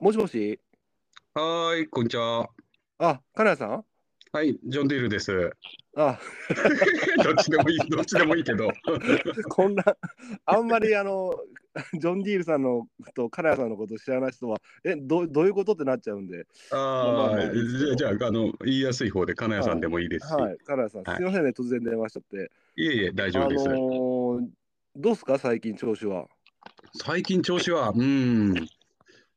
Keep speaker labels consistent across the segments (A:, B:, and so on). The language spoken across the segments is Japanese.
A: もしもし。
B: はーい、こんにちは。
A: あ、金谷さん。
B: はい、ジョン・ディールです。
A: あ、
B: どっちでもい い、どっちでもいいけど。
A: こんな、あんまりあの、ジョン・ディールさんのと金谷さんのこと知らない人は、え、どどういうことってなっちゃうんで、まあま
B: あ
A: あ
B: あ、じゃあ、じゃあ、あの、言いやすい方で、金谷さんでもいいですし。
A: はい、金谷さん、
B: はい
A: すいませんね、突然電話しちゃって。
B: い、えいえ、大
A: あ
B: 丈
A: の
B: 夫で
A: ー
B: す。
A: どうすか、最近調子は。
B: 最近調子は、うん、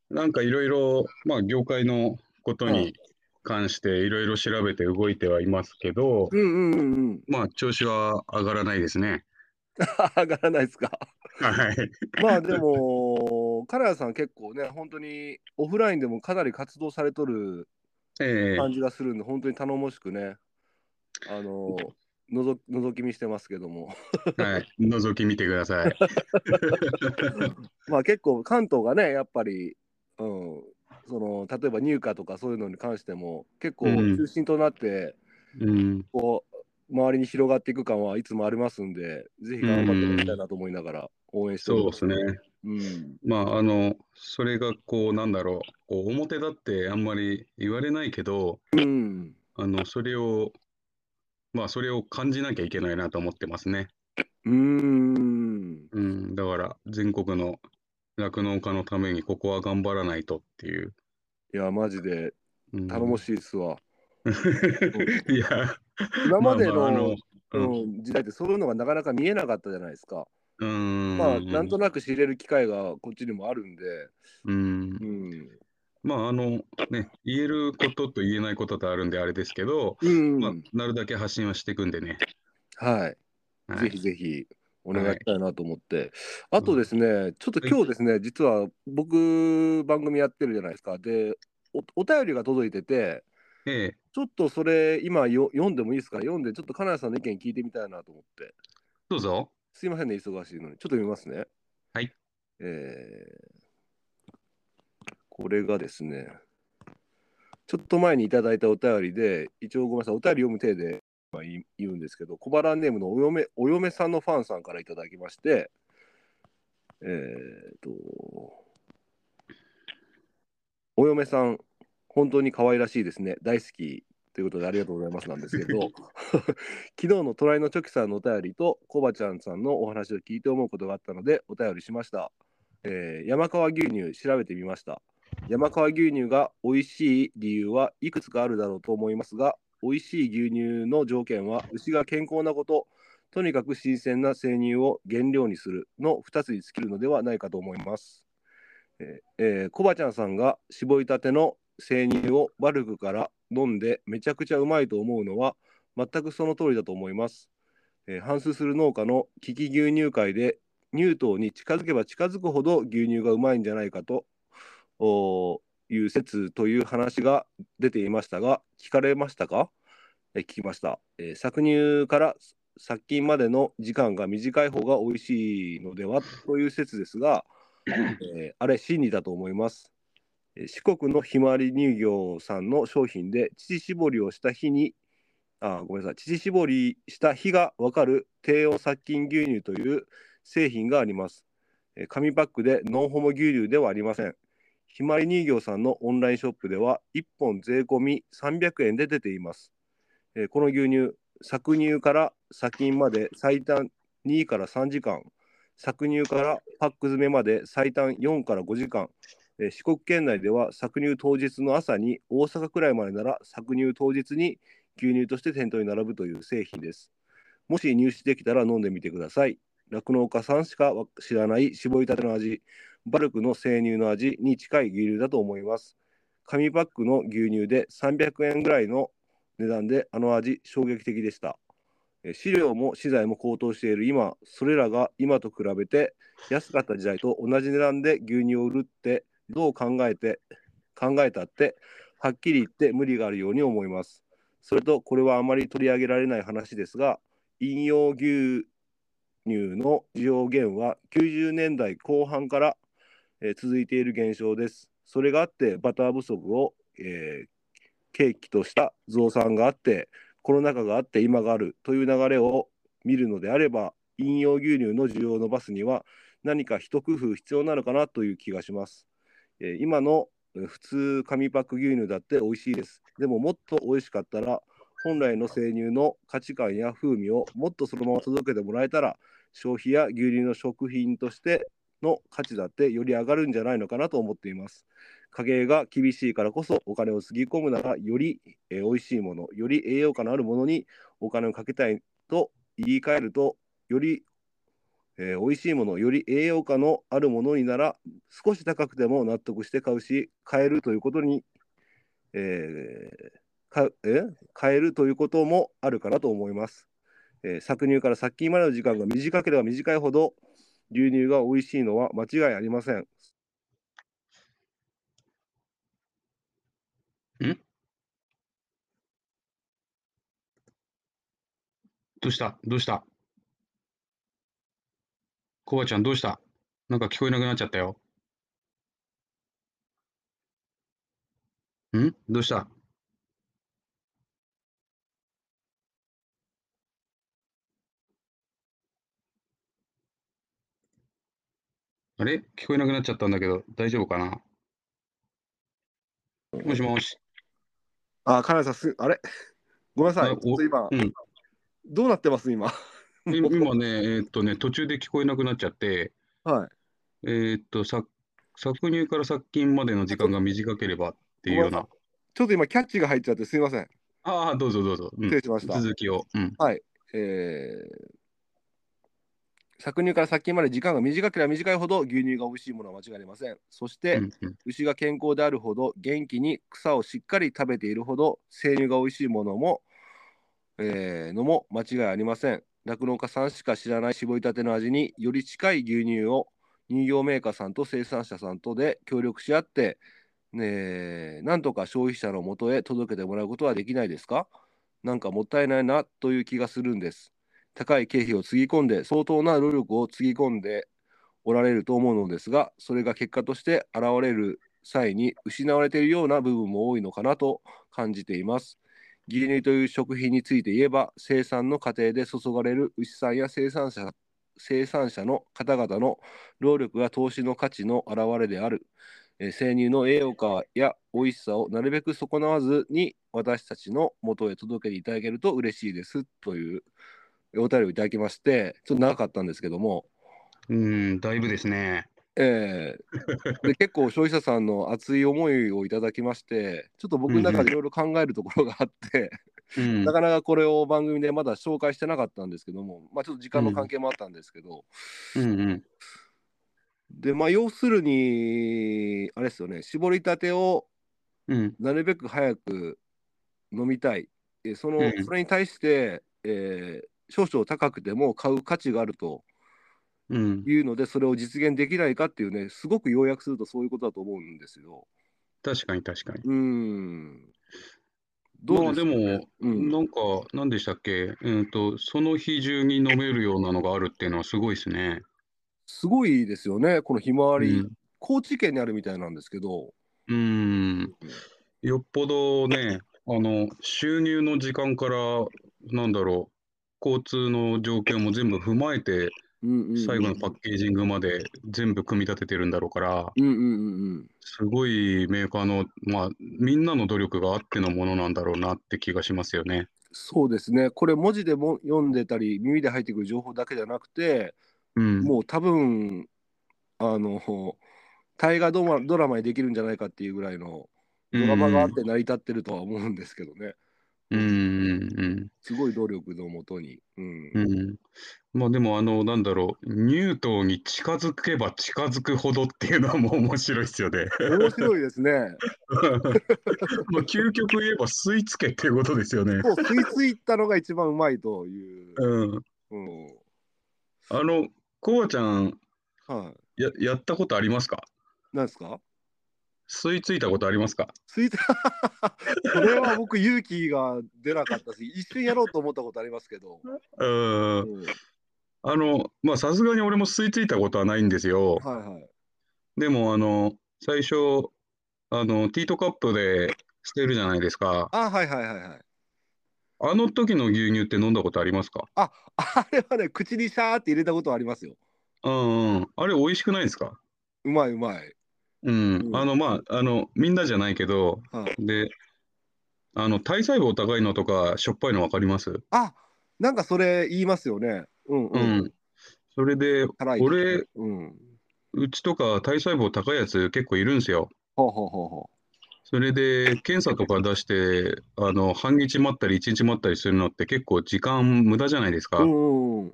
B: なんかいろいろ、まあ、業界のこと
A: はい
B: に関して、いろいろ調べて動いてはいますけど、
A: うんうんうんうん。
B: まあ、調子は上がらないですね。
A: 上がらないです か。
B: はい。
A: まあでも、金谷さん結構ね、本当にオフラインでもかなり活動されとる
B: ええ
A: 感じがするんで、本当に頼もしくね、あのーのぞ覗き見してますけども。
B: はい。覗き見てください。
A: まあ結構関東がねやっぱり、うん、その例えば入荷とかそういうのに関しても結構
B: うん
A: 中心となって、
B: うん。
A: こう周りに広がっていく感はいつもありますんでぜひ頑張ってもらいたいなと思いながら応援しており
B: そう
A: ま。
B: ですすね。
A: うん
B: まあ、あの、それがこう、なんだろう、こう表だってあんまり言われないけど、
A: うん
B: あの、それを、まあ、それを感じなきゃいけないなと思ってますね。
A: うーん
B: うん、だから、全国の酪農家のために、ここは頑張らないとっていう。
A: いやマジで
B: うん、
A: 頼もしいっすわ。
B: い。や、
A: 今までの,、
B: まあまああのうん
A: うん、時代ってそういうのがなかなか見えなかったじゃないですか。
B: うん、
A: まあなんとなく知れる機会がこっちにもあるんで、
B: うん
A: う、ん
B: まあ、あの、ね、言えることと言えないこととあるんで、あれですけど、
A: うん
B: まあ、なるだけ発信はしていくんでね。
A: はい。
B: は
A: ぜ
B: い
A: ひぜひお願いしたいなと思って、あとですね、ちょっと
B: はい
A: 今日ですね、実は僕、番組やってるじゃないですか、でお、お便りが届いてて、
B: ええ、
A: ちょっとそれ、今よ、読んでもいいですか、読んで、ちょっと金谷さんの意見聞いてみたいなと思って、
B: どうぞ。
A: すいませんね、忙しいのに、ちょっと読みますね。
B: はい。
A: えーこれがですね、ちょっと前にいただいたお便りで、一応ごめんなさい、お便り読む体でまあ言い言うんですけど、小腹ネームのお嫁お嫁さんのファンさんからいただきまして、えー、と、お嫁さん、本当に可愛らしいですね、大好きということでありがとうございますなんですけど、昨日の隣のチョキさんのお便りとコバちゃんさんのお話を聞いて思うことがあったのでお便りしました、えー山川牛乳調べてみました山川牛乳が美味しい理由はいくつかあるだろうと思いますが美味しい牛乳の条件は牛が健康なこととにかく新鮮な生乳を原料にするの2つに尽きるのではないかと思いますえーえーコバちゃんさんが搾りたての生乳をバルクから飲んでめちゃくちゃうまいと思うのは全くその通りだと思います。えー、反数する農家の危機牛乳会で乳糖に近づけば近づくほど牛乳がうまいんじゃないかとおーいう説という話が出ていましたが聞かれましたか、えー聞きました、えー搾乳から殺菌までの時間が短い方が美味しいのではという説ですが、えーあれ真理だと思います。えー四国のひまわり乳業さんの商品で乳搾りをした日にあごめんなさい乳搾りした日がわかる低温殺菌牛乳という製品があります、えー紙パックでノンホモ牛乳ではありませんひまわり乳業さんのオンラインショップでは1本税込み300円で出ています、えーこの牛乳搾乳から殺菌まで最短2から3時間搾乳からパック詰めまで最短4から5時間えー四国県内では搾乳当日の朝に大阪くらいまでなら搾乳当日に牛乳として店頭に並ぶという製品です。もし入手できたら飲んでみてください。酪農家さんしかわ知らない搾りたての味、バルクの生乳の味に近い牛乳だと思います。紙パックの牛乳で300円ぐらいの値段であの味衝撃的でした。えー飼料も資材も高騰している今、それらが今と比べて安かった時代と同じ値段で牛乳を売るってどう考えて考えたってはっきり言って無理があるように思います。それとこれはあまり取り上げられない話ですが飲用牛乳の需要減は90年代後半から、えー続いている現象です。それがあってバター不足を、えー、契機とした増産があってコロナ禍があって今があるという流れを見るのであれば飲用牛乳の需要を伸ばすには何か一工夫必要なのかなという気がします。えー今の、ええー普通紙パック牛乳だって美味しいです。でももっと美味しかったら、本来の生乳の価値観や風味をもっとそのまま届けてもらえたら、消費や牛乳の食品としての価値だってより上がるんじゃないのかなと思っています。家計が厳しいからこそお金をつぎ込むならより、えー美味しいもの、より栄養価のあるものにお金をかけたいと言い換えると、より、えー美味しいもの、より栄養価のあるものになら少し高くても納得して買うし、買えるということに、えーかえ買えるということもあるかなと思います。えー搾乳から殺菌までの時間が短ければ短いほど牛乳が美味しいのは間違いありません。
B: どうしたどうしたコバちゃんどうしたなんか聞こえなくなっちゃったよ。んどうしたあれ聞こえなくなっちゃったんだけど、大丈夫かなもしもし。
A: あ、金井さんす、あれごめんなさ
B: あ
A: い。
B: お
A: ちょっと今、
B: うん
A: どうなってます今。
B: い今ね、えーっとね、途中で聞こえなくなっちゃって、
A: はい。
B: えーっと、さ搾乳から殺菌までの時間が短ければっていうような。
A: ちょっと今、キャッチが入っちゃってすいません。
B: ああ、どうぞどうぞ。うん
A: 失礼しました。
B: 続きを。うん。
A: えー搾乳から殺菌まで時間が短ければ短いほど牛乳が美味しいものは間違いありません。そして、
B: うんうん
A: 牛が健康であるほど元気に草をしっかり食べているほど生乳が美味しいものも、えーのも間違いありません酪農家さんしか知らない絞りたての味により近い牛乳を乳業メーカーさんと生産者さんとで協力し合って、ねえ、なんとか消費者のもとへ届けてもらうことはできないですかなんかもったいないなという気がするんです高い経費をつぎ込んで相当な努力をつぎ込んでおられると思うのですがそれが結果として現れる際に失われているような部分も多いのかなと感じています。牛乳という食品について言えば生産の過程で注がれる牛さんや生産者生産者の方々の労力が投資の価値の表れである、えー生乳の栄養価や美味しさをなるべく損なわずに私たちの元へ届けていただけると嬉しいですというお便りをいただきましてちょっと長かったんですけども、
B: うん、だいぶですね。
A: え えで結構消費者さんの熱い思いをいただきましてちょっと僕の中でいろいろ考えるところがあって、
B: うん
A: な、かなかこれを番組でまだ紹介してなかったんですけども、まあ、ちょっと時間の関係もあったんですけど、
B: うん、うん。
A: でまあ要するにあれですよね絞りたてを
B: うん、
A: なるべく早く飲みたいえその、
B: うん
A: それに対して、えー少々高くても買う価値があると
B: うん。
A: いうのでそれを実現できないかっていうねすごく要約するとそういうことだと思うんですよ。
B: 確かに確かに。
A: うーん。
B: まあ
A: す
B: で
A: かね
B: も、
A: うん、
B: なんか、何でしたっけ、うんと、その日中に飲めるようなのがあるっていうのはすごいですね。
A: すごいですよね、このひまわ
B: う
A: り、
B: ん、
A: 高知県にあるみたいなんですけど、
B: うん、よっぽどね、あの、収入の時間から、なんだろう、交通の状況も全部踏まえて、
A: うんうんうん
B: 最後のパッケージングまで全部組み立ててるんだろうから、
A: うんうんうんうん。
B: すごいメーカーの、まあ、みんなの努力があってのものなんだろうなって気がしますよね。
A: そうですね、これ、文字でも読んでたり、耳で入ってくる情報だけじゃなくて、
B: うん、
A: もう多分あの、大河ドラマドラマにできるんじゃないかっていうぐらいのドラマがあって成り立ってるとは思うんですけどね、
B: うん、うん、うん。
A: すごい努力のもとに。うん
B: うん、まあでもあのなんだろう乳頭に近づけば近づくほどっていうのはもう面白いですよね。
A: 面白いですね。
B: まあ究極言えば吸い付けっていうことですよね。
A: そう吸い付いたのが一番うまいという。
B: うん、
A: うん
B: あのコバちゃん
A: は
B: ややったことありますか
A: い。なんですか
B: 吸い付いたことありますか
A: ツイッターこれは僕勇気が出なかったし、一瞬やろうと思ったことありますけど。
B: う
A: うんんはい
B: あのまあさすがに俺も吸い付いたことはないんですよ。
A: はい。
B: でもあの最初あのティートカップで捨てるじゃないですか。
A: あ、はいはいはいはい。
B: あの時の牛乳って飲んだことありますか
A: あ、あれはね、口にシャーって入れたことはありますよ。
B: うんうん、あれ美味しくないですか
A: うまいうまい。
B: うん
A: う、ん
B: あのまああのみんなじゃないけど、
A: はい
B: であの体細胞高いのとかしょっぱいの分かります、
A: あなんかそれ言いますよね。うんう。
B: うんん、それで
A: 辛いとかね
B: 俺
A: うん。
B: うちとか体細胞高いやつ結構いるんですよ
A: ほうほうほうほ
B: それで検査とか出してあの半日待ったり1日待ったりするのって結構時間無駄じゃないですか、
A: う。うんうん。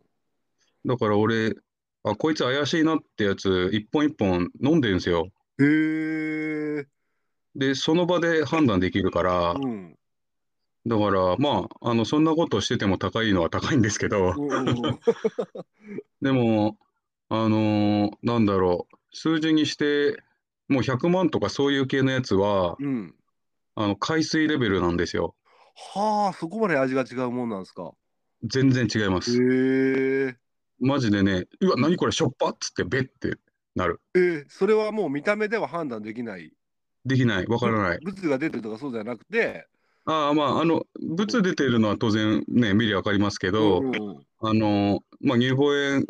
B: だから俺あこいつ怪しいなってやつ一本一本飲んでるんですよ
A: へえ。
B: でその場で判断できるから、
A: うん。
B: だからまああのそんなことしてても高いのは高いんですけど、
A: うんうんうん
B: でも、あのーなんだろう、数字にして、もう100万とかそういう系のやつは、
A: うん。
B: あの海水レベルなんですよ。
A: はあ、そこまで味が違うもんなんですか。
B: 全然違いま
A: へ
B: す。
A: え。
B: マジでね、うわ、何これ、しょっぱっつって、べってなる。
A: えー、それはもう見た目では判断できない。
B: できない、わからない。
A: 物が出てるとかそうじゃなくて。
B: ああ、まあ、あの、ブツ出てるのは当然ね、見りゃわかりますけど、
A: うんうん
B: あのーまあ、乳房炎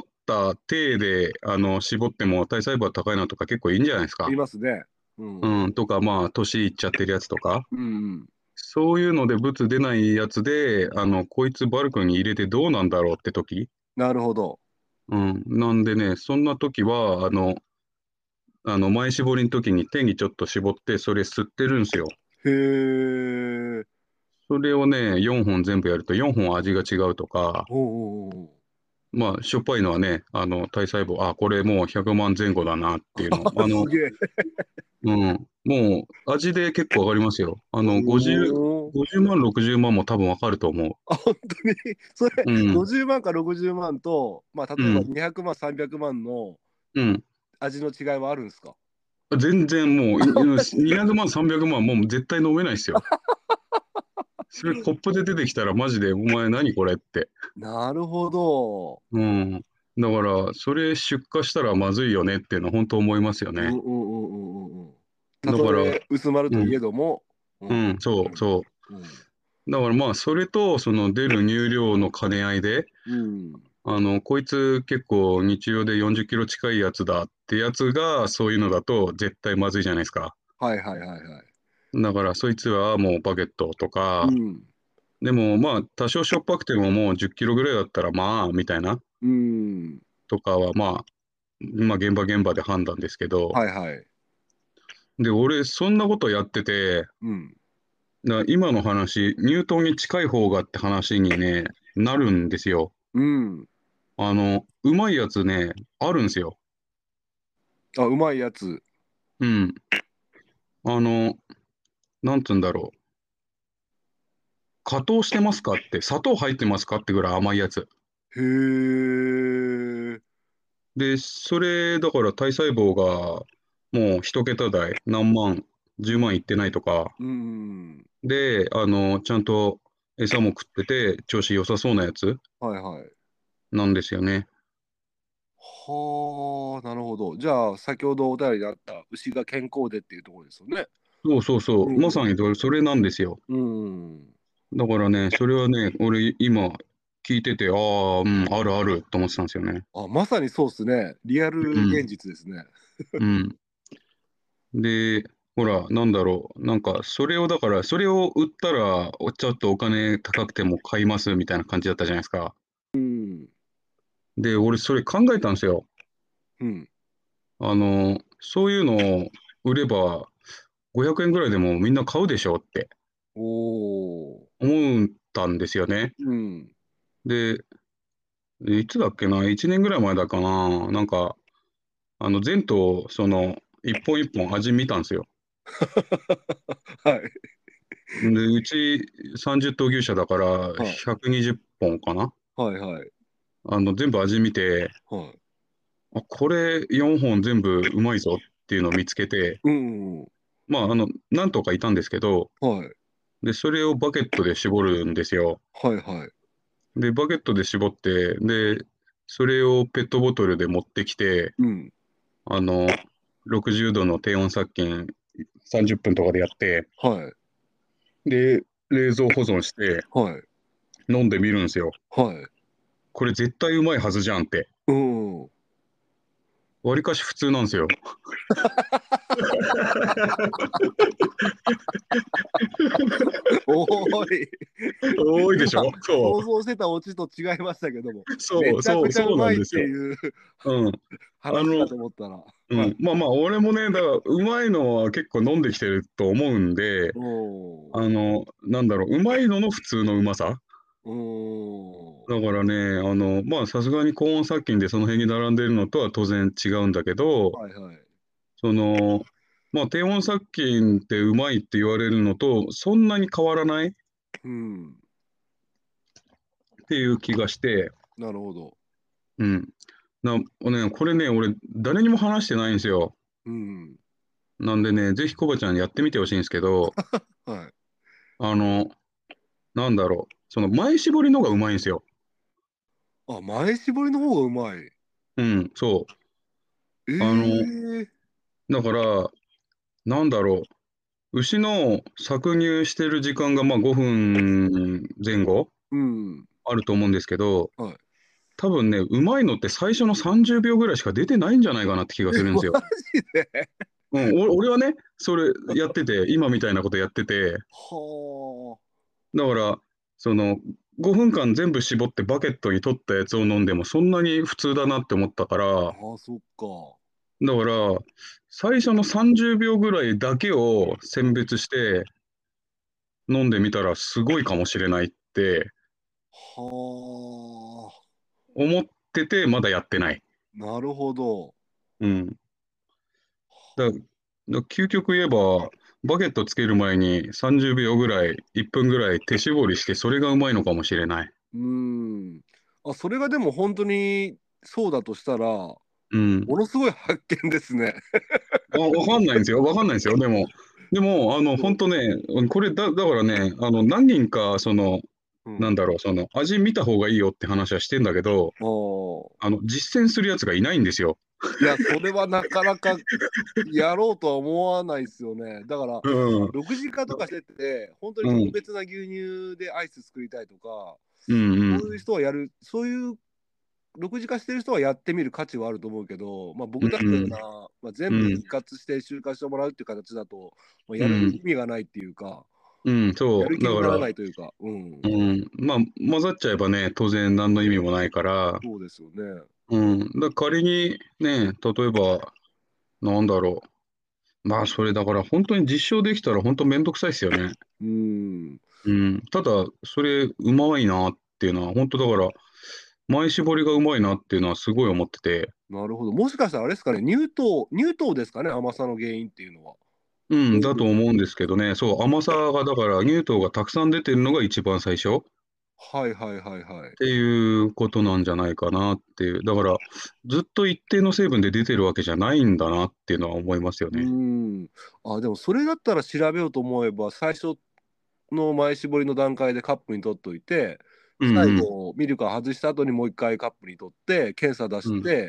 B: 治った体で、あの、絞っても体細胞が高いのとか結構いいんじゃないですか
A: い。ますね。うん。うん
B: うん、とか、まあ、年いっちゃってるやつとか。
A: うん。
B: そういうのでブツ出ないやつで、あの、こいつバルクに入れてどうなんだろうって時。
A: なるほど。
B: うん。なんでね、そんな時は、あの、あの、前絞りの時に手にちょっと絞って、それ吸ってるんですよ。
A: へえ。
B: それをね、4本全部やると、4本味が違うとか、
A: おうおうおう。
B: まあ、しょっぱいのはね、あの、体細胞、あ、これもう100万前後だなっていうの。 あの
A: す、げえ。
B: うん。もう、味で結構わかりますよ。あの、50、
A: おー
B: 50万、60万も多分わかると思う。
A: あ本当に それ、
B: うん
A: 50万か60万と、まあ、例えば
B: うん
A: 200万、300万の
B: うん。
A: 味の違いはあるんですか
B: 全然 もう、い200万、300万、もう絶対飲めないですよ。それ、コップで出てきたら、マジで、お前、何これって。
A: なるほど。
B: うん。だから、それ、出荷したらまずいよねっていうのは、本当思いますよ
A: うんうん
B: ね。
A: うんうんうんうん。
B: だ
A: だ
B: か
A: からら薄まるといえども、う
B: うん、そう、
A: うん。
B: そう。だから、まあ、それと、その出る乳量の兼ね合いで、
A: うん、
B: あの、こいつ、結構、日曜で40キロ近いやつだってやつが、そういうのだと、絶対まずいじゃないですか。
A: はいはいはいはい。
B: だから、そいつはもう、バゲットとか
A: う、ん。
B: でもまあ多少しょっぱくてももう10キロぐらいだったらまあみたいな
A: うん。
B: とかはまあまあ現場現場で判断ですけど、
A: はいはい。
B: で俺そんなことやってて
A: うん。
B: な今の話入党に近い方がって話にねなるんですよ
A: うん。
B: あのうまいやつねあるんですよ
A: あ、うまいやつ。
B: うんあのなんつうんだろう加糖してますかって砂糖入ってますかってぐらい甘いやつ
A: へえ。
B: で、それ、だから体細胞がもう一桁台、何万、10万いってないとか、
A: うん。
B: で、あの、ちゃんと餌も食ってて、調子良さそうなやつ
A: はいはい。
B: なんですよね。
A: はあ、なるほど。じゃあ、先ほどお便りであった牛が健康でっていうところですよね。
B: そうそうそう、
A: うん
B: まさにそれそれなんですよ。
A: うん。
B: だからね、それはね、俺、今、聞いてて、ああ、うん、あるあると思ってたんですよね。
A: あ、まさにそうですね。リアル現実ですね。
B: うん。で、ほら、なんだろう、なんか、それを、だから、それを売ったら、おちょっとお金高くても買いますみたいな感じだったじゃないですか。
A: うん。
B: で、俺、それ考えたんですよ。
A: うん。
B: あの、そういうのを売れば、500円ぐらいでもみんな買うでしょって
A: おお。
B: 思ったんですよね。
A: うん。
B: で、いつだっけな、1年ぐらい前だかな、なんか、あの、前途、その、一本一本味見たんですよ。
A: はい。
B: で、うち30頭牛舎だから、
A: い
B: 120本かな。
A: はいはい。
B: あの、全部味見て、
A: はい。
B: あ、これ4本全部うまいぞっていうのを見つけて、
A: うん。はい。
B: まあ、あの、なんとかいたんですけど、
A: はい
B: で、それをバケットで絞るんですよ。
A: はい。
B: で、バケットで絞って、で、それをペットボトルで持ってきて、
A: うん。
B: あの、60度の低温殺菌30分とかでやって、
A: はい。
B: で、冷蔵保存して
A: はい。
B: 飲んでみるんですよ。
A: はい。
B: これ絶対うまいはずじゃんって。
A: うん。
B: わりかし普通なんですよ。
A: おーい、
B: 多いで しょそ
A: 想
B: う。
A: 像してたオチと違いましたけども、
B: そ
A: め
B: う、
A: ちゃ
B: そ
A: く
B: う、
A: ちゃ
B: そううな
A: ま
B: ん
A: いっ
B: です
A: て
B: よ。
A: いう
B: うん。
A: 話だと思ったら、
B: うん、まあまあ、俺もね、だから、うまいのは結構飲んできてると思うんで、
A: お
B: あの、なんだろう、うまいのの普通のうまさ。
A: お
B: だからね、あの、まあ、さすがに高温殺菌でその辺に並んでるのとは当然違うんだけど、
A: はいはい。
B: その、まあ、低温殺菌ってうまいって言われるのと、そんなに変わらないっ
A: うん、
B: ていう気がして、
A: なるほど。
B: うん。な、ね、これね、俺、誰にも話してないんですよ。
A: うん、
B: なんでね、ぜひコバちゃんやってみてほしいんですけ ど、
A: はい。
B: あの、なんだろう、その前絞りのがうまいんですよ。
A: あ、前絞りの方がうまい。
B: うん、そ
A: えー、
B: あう。だから、なんだろう、牛の搾乳してる時間がまあ5分前後
A: うん。
B: あると思うんですけど、
A: はい
B: 多分ね、うまいのって最初の30秒ぐらいしか出てないんじゃないかなって気がするんですよ。
A: マジで
B: うん、お俺はね、それやってて、今みたいなことやってて、
A: は
B: だから、その、5分間全部絞ってバケットに取ったやつを飲んでもそんなに普通だなって思ったから、
A: あ。あ、そっか。
B: だから、最初の30秒ぐらいだけを選別して飲んでみたらすごいかもしれないって
A: はあ。
B: 思ってて、まだやってない。
A: なるほど。
B: うん。だだ究極言えば、バケットつける前に30秒ぐらい、1分ぐらい手絞りして、それがうまいのかもしれない。
A: うん。あ、それがでも本当にそうだとしたら、も
B: うん。
A: のすごい発見ですね。
B: あわかんないんですよ。わかんないんですよ。でも、でも、あの、本当ね、これだ、だからね、あの、何人か、その、
A: うん
B: なんだろう、その、味見た方がいいよって話はしてんだけど、
A: あー
B: あの、実践するやつがいないんですよ。
A: いや、それはなかなかやろうとは思わないですよね。だから、
B: うん。
A: 6時化とかしてて、本当に特別な牛乳でアイス作りたいとか、
B: うんう。
A: そうんいう人はやる、そういう6時化してる人はやってみる価値はあると思うけど、まあ、僕たちのような、まあ、全部一括して就活してもらうっていう形だと、まあ、やる意味がないっていうか、
B: うん、そ
A: やる
B: う。
A: 気
B: だ
A: に
B: か
A: ならな
B: ら、
A: いというか、うん、
B: うん。まあ、混ざっちゃえばね、当然何の意味もないから、
A: そうですよね。
B: うん。だから仮にね、例えば、なんだろう。まあ、それだから、本当に実証できたら、本当めんどくさいですよね。
A: うん、
B: うん。ただ、それ、うまいなっていうのは、本当だから、前絞りがうまいなっていうのは、すごい思ってて、
A: なるほど。もしかしたらあれですかね、乳糖、乳糖ですかね、甘さの原因っていうのは。
B: うん、だと思うんですけどね、そう、甘さが、だから、乳糖がたくさん出てるのが一番最初。
A: はいはいはいはい
B: っ。ていうことなんじゃないかなっていう、だからずっと一定の成分で出てるわけじゃないんだなっていうのは思いますよ
A: う
B: ね。
A: ん。あ、でもそれだったら調べようと思えば、最初の前絞りの段階でカップに取っといて、
B: うん
A: 最後ミルクを外した後にもう一回カップに取って検査出して、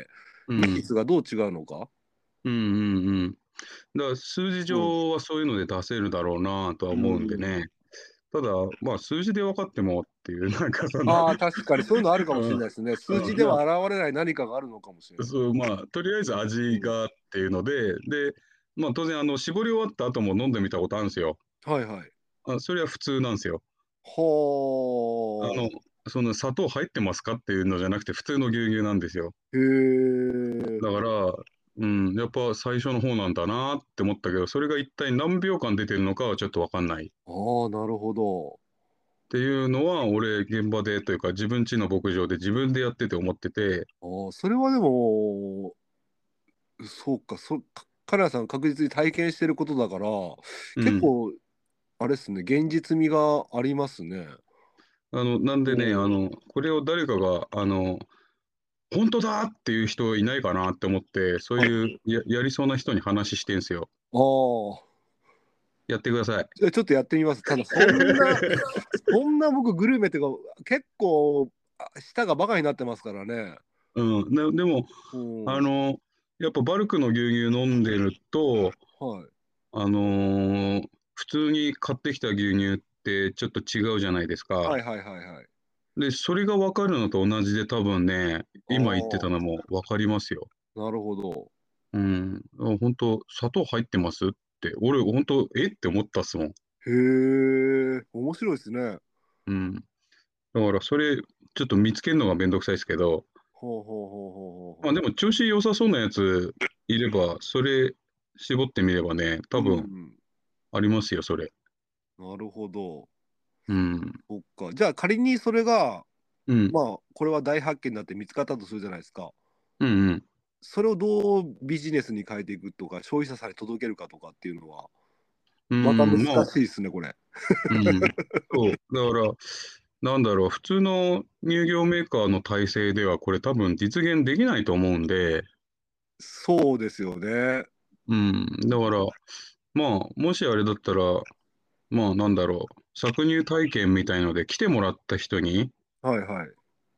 B: うん
A: 比率がどう違うのか。
B: うんうんうんだから数字上はそういうので出せるだろうなとは思うんでね、ただ、まあ、数字で分かってもっていう、なんかその、
A: ああ、確かにそういうのあるかもしれないですね。数字では現れない何かがあるのかもしれない。
B: そうまあ、とりあえず味がっていうので、でまあ、当然あの、絞り終わった後も飲んでみたことあるんですよ。
A: はいはい。
B: あそれは普通なんですよ。あ
A: ほー
B: のその砂糖入ってますかっていうのじゃなくて、普通の牛乳なんですよ。
A: へー
B: だから、うん、やっぱ最初の方なんだなって思ったけど、それが一体何秒間出てるのかはちょっと分かんないっ
A: ああ、なるほど。
B: ていうのは、俺、現場でというか、自分家の牧場で自分でやってて思ってて、
A: ああ、それはでも、そうか、そ、か金谷さん確実に体験してることだから、
B: うん
A: 結構、あれですね、現実味がありますね。
B: あのなんでね、
A: うん
B: あのこれを誰かが、あの本当だっていう人いないかなって思って、そういうややりそうな人に話してんすよ。
A: ああ。
B: やってください。
A: ちょっとやってみます。ただそん な、そんな僕グルメっていうか、結構あ舌がバカになってますからね。
B: うん、ででも、
A: うん、
B: あのやっぱバルクの牛乳飲んでると、
A: はい。
B: あのー普通に買ってきた牛乳ってちょっと違うじゃないですか。
A: はいはいはいはい。
B: で、それが分かるのと同じで多分ね、今言ってたのも分かりますよ。
A: なるほど。
B: うん、本当砂糖入ってますって、俺、本当えって思ったっすもん。
A: へえ、面白いですね。は
B: うん。だから、それ、ちょっと見つけるのがめんどくさいですけど、
A: あ、はあはあはあ
B: まあ、
A: は
B: でも、調子良さそうなやついれば、それ、絞ってみればね、
A: あ。
B: 多
A: う
B: 分
A: ん
B: ありますよ、それ。
A: なるほど。
B: うん。
A: そっか。じゃあ仮にそれが、
B: うん。
A: まあ、これは大発見になって見つかったとするじゃないですか。
B: うんうん。
A: それをどうビジネスに変えていくとか、消費者さんに届けるかとかっていうのは、
B: うん
A: また
B: まあ
A: 難しいですね、これ。
B: うんそう、だから、なんだろう、普通の乳業メーカーの体制では、これ多分実現できないと思うんで、
A: そうですよね。
B: うん、だから、まあ、もしあれだったら、まあ、なんだろう、搾乳体験みたいので、来てもらった人に、
A: はいはい。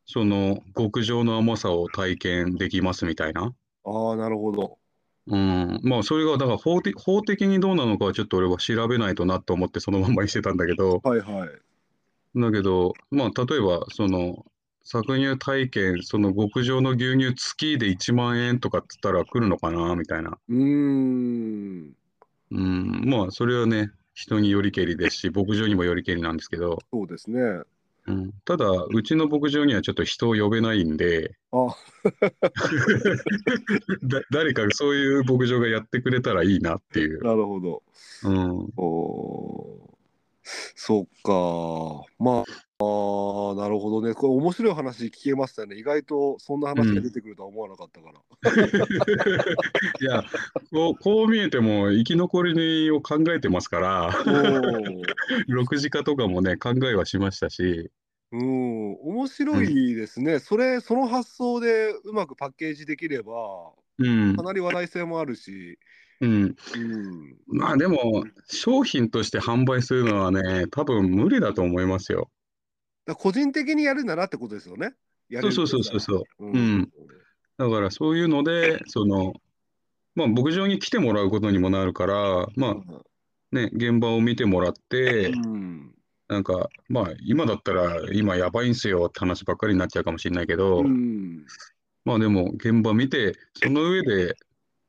B: その極上の甘さを体験できますみたいな。
A: ああ、なるほど。
B: うん、まあ、それが、だから法的、法的にどうなのかはちょっと俺は調べないとなと思って、そのまんまにしてたんだけど、
A: はいはい。
B: だけど、まあ、例えば、その、搾乳体験、その極上の牛乳月で1万円とかっつったら来るのかな、みたいな。
A: うーん。
B: うん、まあ、それはね、人によりけりですし、牧場にもよりけりなんですけど、
A: そうですね。
B: うん、ただ、うちの牧場にはちょっと人を呼べないんで、
A: あ
B: だ誰かそういう牧場がやってくれたらいいなっていう。
A: なるほど。
B: うん、
A: おーそっか。まあ、あーなるほどね。これ面白い話聞けましたね。意外とそんな話が出てくるとは思わなかったから。
B: いやこう、こう見えても生き残りを考えてますから、6時化 とかもね、考えはしましたし、
A: おーうん、面白いですね。それ、その発想でうまくパッケージできれば、
B: うん
A: か、なり話題性もあるし、
B: うん、
A: うん、
B: まあでも、商品として販売するのはね、多分無理だと思いますよ。
A: だから個人的にやるならってことですよね。やれ
B: そう
A: る
B: そうそうそう
A: う。
B: そう。
A: う
B: うんん、だからそういうので、その、まあ、牧場に来てもらうことにもなるから、まあね、現場を見てもらって、
A: うん
B: なんか、まあ、今だったら、今やばいんすよって話ばっかりになっちゃうかもしれないけど、
A: うん、
B: まあでも、現場見て、その上で、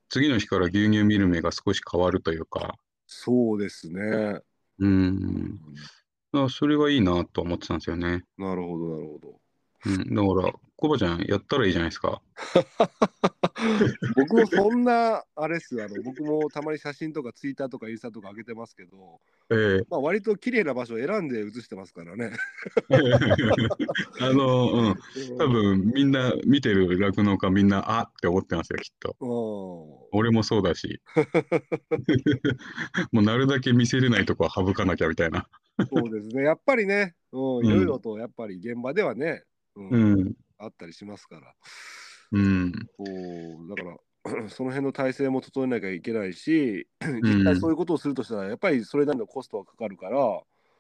B: 次の日から牛乳見る目が少し変わるというか、
A: そうですね。
B: うん、あそれはいいなと思ってたんですよね。
A: なるほど、なるほど。
B: うん、だから、コバちゃん、やったらいいじゃないですか。
A: 僕もそんな、あれっす、あの僕もたまに写真とかツイッターとかインスタとか上げてますけど、
B: ええ
A: まあ、割と綺麗な場所を選んで写してますからね。
B: あ の、うん、多分みんな見てる酪農家みんなあって思ってますよきっと
A: うん。
B: 俺もそう だしもうなるだけ見せれないとこは省かなきゃみたいな
A: そうですね。やっぱりね、うん、
B: ん
A: いろいろとやっぱり現場ではね、うん
B: うん
A: あったりしますから。
B: うん
A: こうだから その辺の体制も整えなきゃいけないし実際そういうことをするとしたらやっぱりそれなりのコストはかかるから、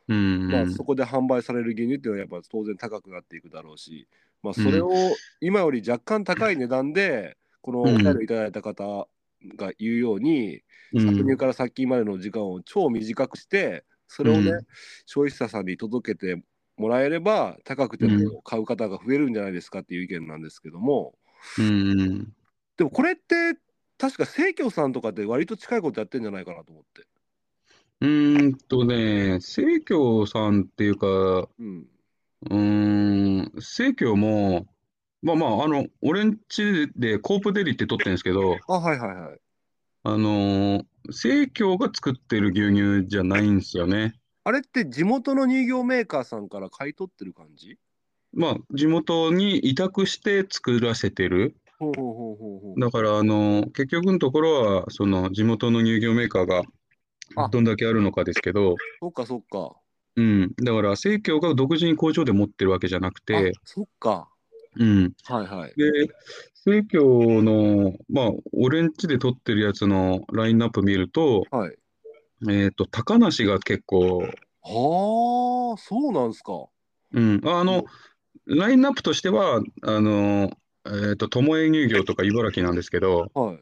B: うん
A: まあ、そこで販売される牛乳っていうのはやっぱ当然高くなっていくだろうし、まあ、それを今より若干高い値段でこのお便りをいただいた方が言うように、
B: うん
A: 搾乳から殺菌までの時間を超短くしてそれをね、
B: うん
A: 消費者さんに届けてもらえれば高くても買う方が増えるんじゃないですかっていう意見なんですけども。
B: うん
A: でもこれって確か清京さんとかって割と近いことやってんじゃないかなと思って。
B: うーんとね生協さんっていうかう
A: うん。
B: ーん生協もまあまああの俺んちでコープデリって取ってるんですけど
A: あはいはいはい。
B: あのー、生協が作ってる牛乳じゃないんですよね
A: あれって地元の乳業メーカーさんから買い取ってる感じ
B: まあ、地元に委託して作らせてる。
A: ほうほうほうほうほう。
B: だから、あの、結局のところは、その地元の乳業メーカー
A: あ
B: がどんだけあるのかですけど、
A: そっかそっか。
B: うん。だから、生協が独自に工場で持ってるわけじゃなくて
A: あ、そっか。
B: うん。
A: はいはい。
B: で、生協の、まあ、俺んちで取ってるやつのラインナップ見ると、
A: はい。
B: えっと、高梨が結構、
A: はあ、そうなんすか。
B: うん。ああ
A: うん
B: の、ラインナップとしては、あの、えっと、巴乳業とか茨城なんですけど、
A: はい。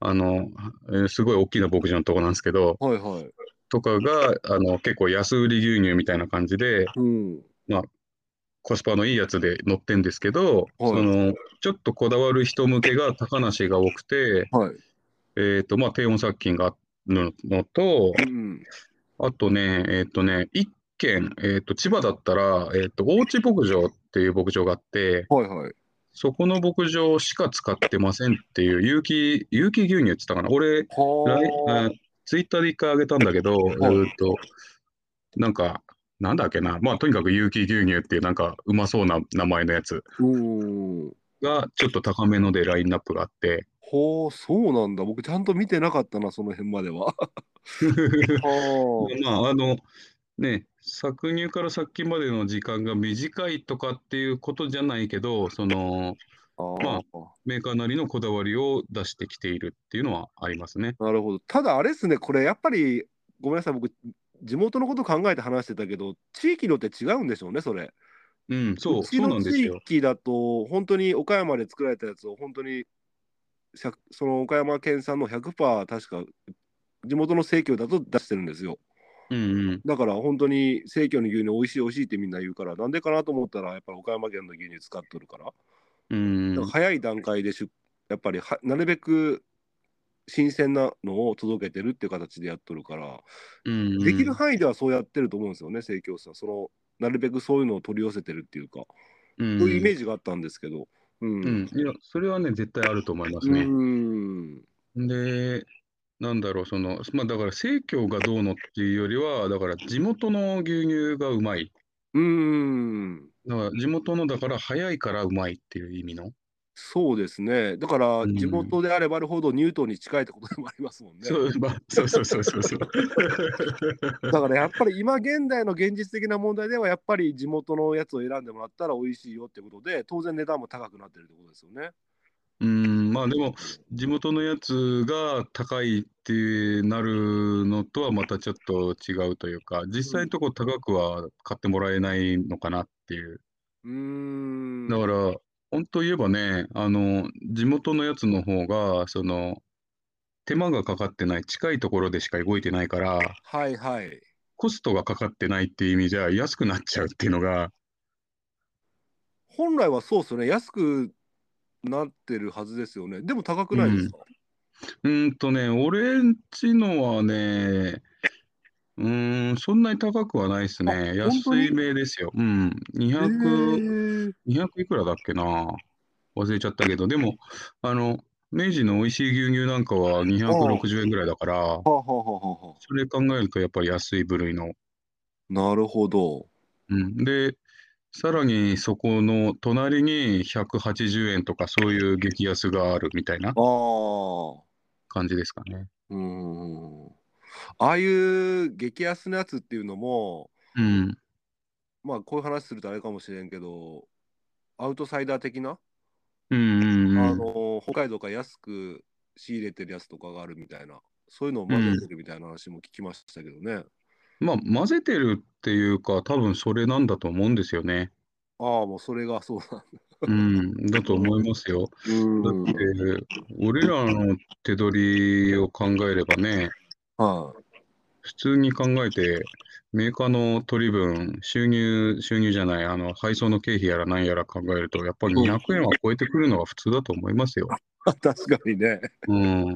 B: あの、えーすごい大きな牧場のとこなんですけど、
A: はいはい。
B: とかが、あの、結構安売り牛乳みたいな感じで、
A: うん。
B: コスパのいいやつで乗ってんですけど、
A: はい
B: そのちょっとこだわる人向けが高梨が多くて、
A: はい。
B: えーとまあ、低温殺菌があるのと、
A: うん。
B: あとね、えっ、とね、一軒、えっ、と、千葉だったら、えっ、と、大内牧場っていう牧場があって、
A: はいはい。
B: そこの牧場しか使ってませんっていう、有機、有機牛乳って言ったかな。俺、来
A: は
B: あツイッターで一回あげたんだけど、うーっと、なんか、なんだっけな、まあ、とにかく有機牛乳っていう、なんか、うまそうな名前のやつ
A: あ。うん。
B: が、ちょっと高めのでラインナップがあって、
A: ほう、そうなんだ。僕ちゃんと見てなかったな、その辺までは。は
B: まあ、あの、ね、搾乳から殺菌までの時間が短いとかっていうことじゃないけど、その、
A: あー。
B: まメーカーなりのこだわりを出してきているっていうのはありますね。
A: なるほど。ただあれですね、これやっぱり、ごめんなさい、僕、地元のこと考えて話してたけど、地域のって違うんでしょうね、それ。
B: うん、そう、
A: ち
B: そうな
A: の
B: んです
A: 地
B: よ。
A: 域だと、本当に岡山で作られたやつを、本当に、しゃその岡山県産の100%、確か、地元の生協だと出してるんですよ。
B: うんうん。
A: だから本当に生協の牛乳美味しい美味しいってみんな言うから、なんでかなと思ったら、やっぱり岡山県の牛乳使っとるから、
B: うん
A: だから早い段階でしゅ、やっぱりはなるべく新鮮なのを届けてるっていう形でやっとるから、
B: うん、
A: できる範囲ではそうやってると思うんですよね、生協さん。そのなるべくそういうのを取り寄せてるっていうか、
B: うん
A: そういうイメージがあったんですけど。うん。
B: うん、いや、それはね、絶対あると思います
A: う
B: ね。
A: ん。
B: で、なんだろう、その、まあ、だから、生協がどうのっていうよりは、だから、地元の牛乳がうまい。
A: うん。
B: だから、地元のだから、早いからうまいっていう意味の。
A: そうですね。だから
B: うん
A: 地元であればあるほどニュートンに近いってことでもありますもんね。
B: そう、まあ、そうそうそうそうそう。
A: だからやっぱり今現代の現実的な問題ではやっぱり地元のやつを選んでもらったら美味しいよってことで当然値段も高くなってるってことですよね。
B: うん、まあでも、地元のやつが高いってなるのとはまたちょっと違うというか、実際のとこ高くは買ってもらえないのかなっていう。
A: うーん。
B: だから、本当言えばね、あの、地元のやつの方が、その、手間がかかってない、近いところでしか動いてないから、
A: はいはい。
B: コストがかかってないっていう意味じゃ安くなっちゃうっていうのが、
A: 本来はそうですよね。安くなってるはずですよね。でも高くないですか、
B: うーんとね、俺んちのはね、うーん、そんなに高くはないですね。
A: あ本当に
B: 安いめですよ。うん、200、200いくらだっけな。忘れちゃったけど、でも、あの、明治の美味しい牛乳なんかは260円ぐらいだから、
A: はあ、はあはあはあはあ、
B: それ考えるとやっぱり安い部類の。
A: なるほど。
B: うん、で、さらにそこの隣に180円とかそういう激安があるみたいな
A: ああ。
B: 感じですかね。
A: うーん。ああいう激安のやつっていうのも、
B: うん。
A: まあこういう話するとあれかもしれんけど、アウトサイダー的な、
B: うんうん
A: あ
B: うん。
A: の北海道から安く仕入れてるやつとかがあるみたいな、そういうのを混ぜてるみたいな話も聞きましたけどね。
B: まあ、混ぜてるっていうか、多分それなんだと思うんですよ ね。
A: ああ、もうそれがそうなんだ。
B: うん、だと思いますよ。
A: う
B: だっ
A: ーん
B: て、俺らの手取りを考えればね、
A: は
B: 普通に考えて、メーカーの取り分、収入、収入じゃない、あの、配送の経費やら何やら考えると、やっぱり
A: うん
B: 200円は超えてくるのが普通だと思いますよ。
A: い、確かにね。
B: うん。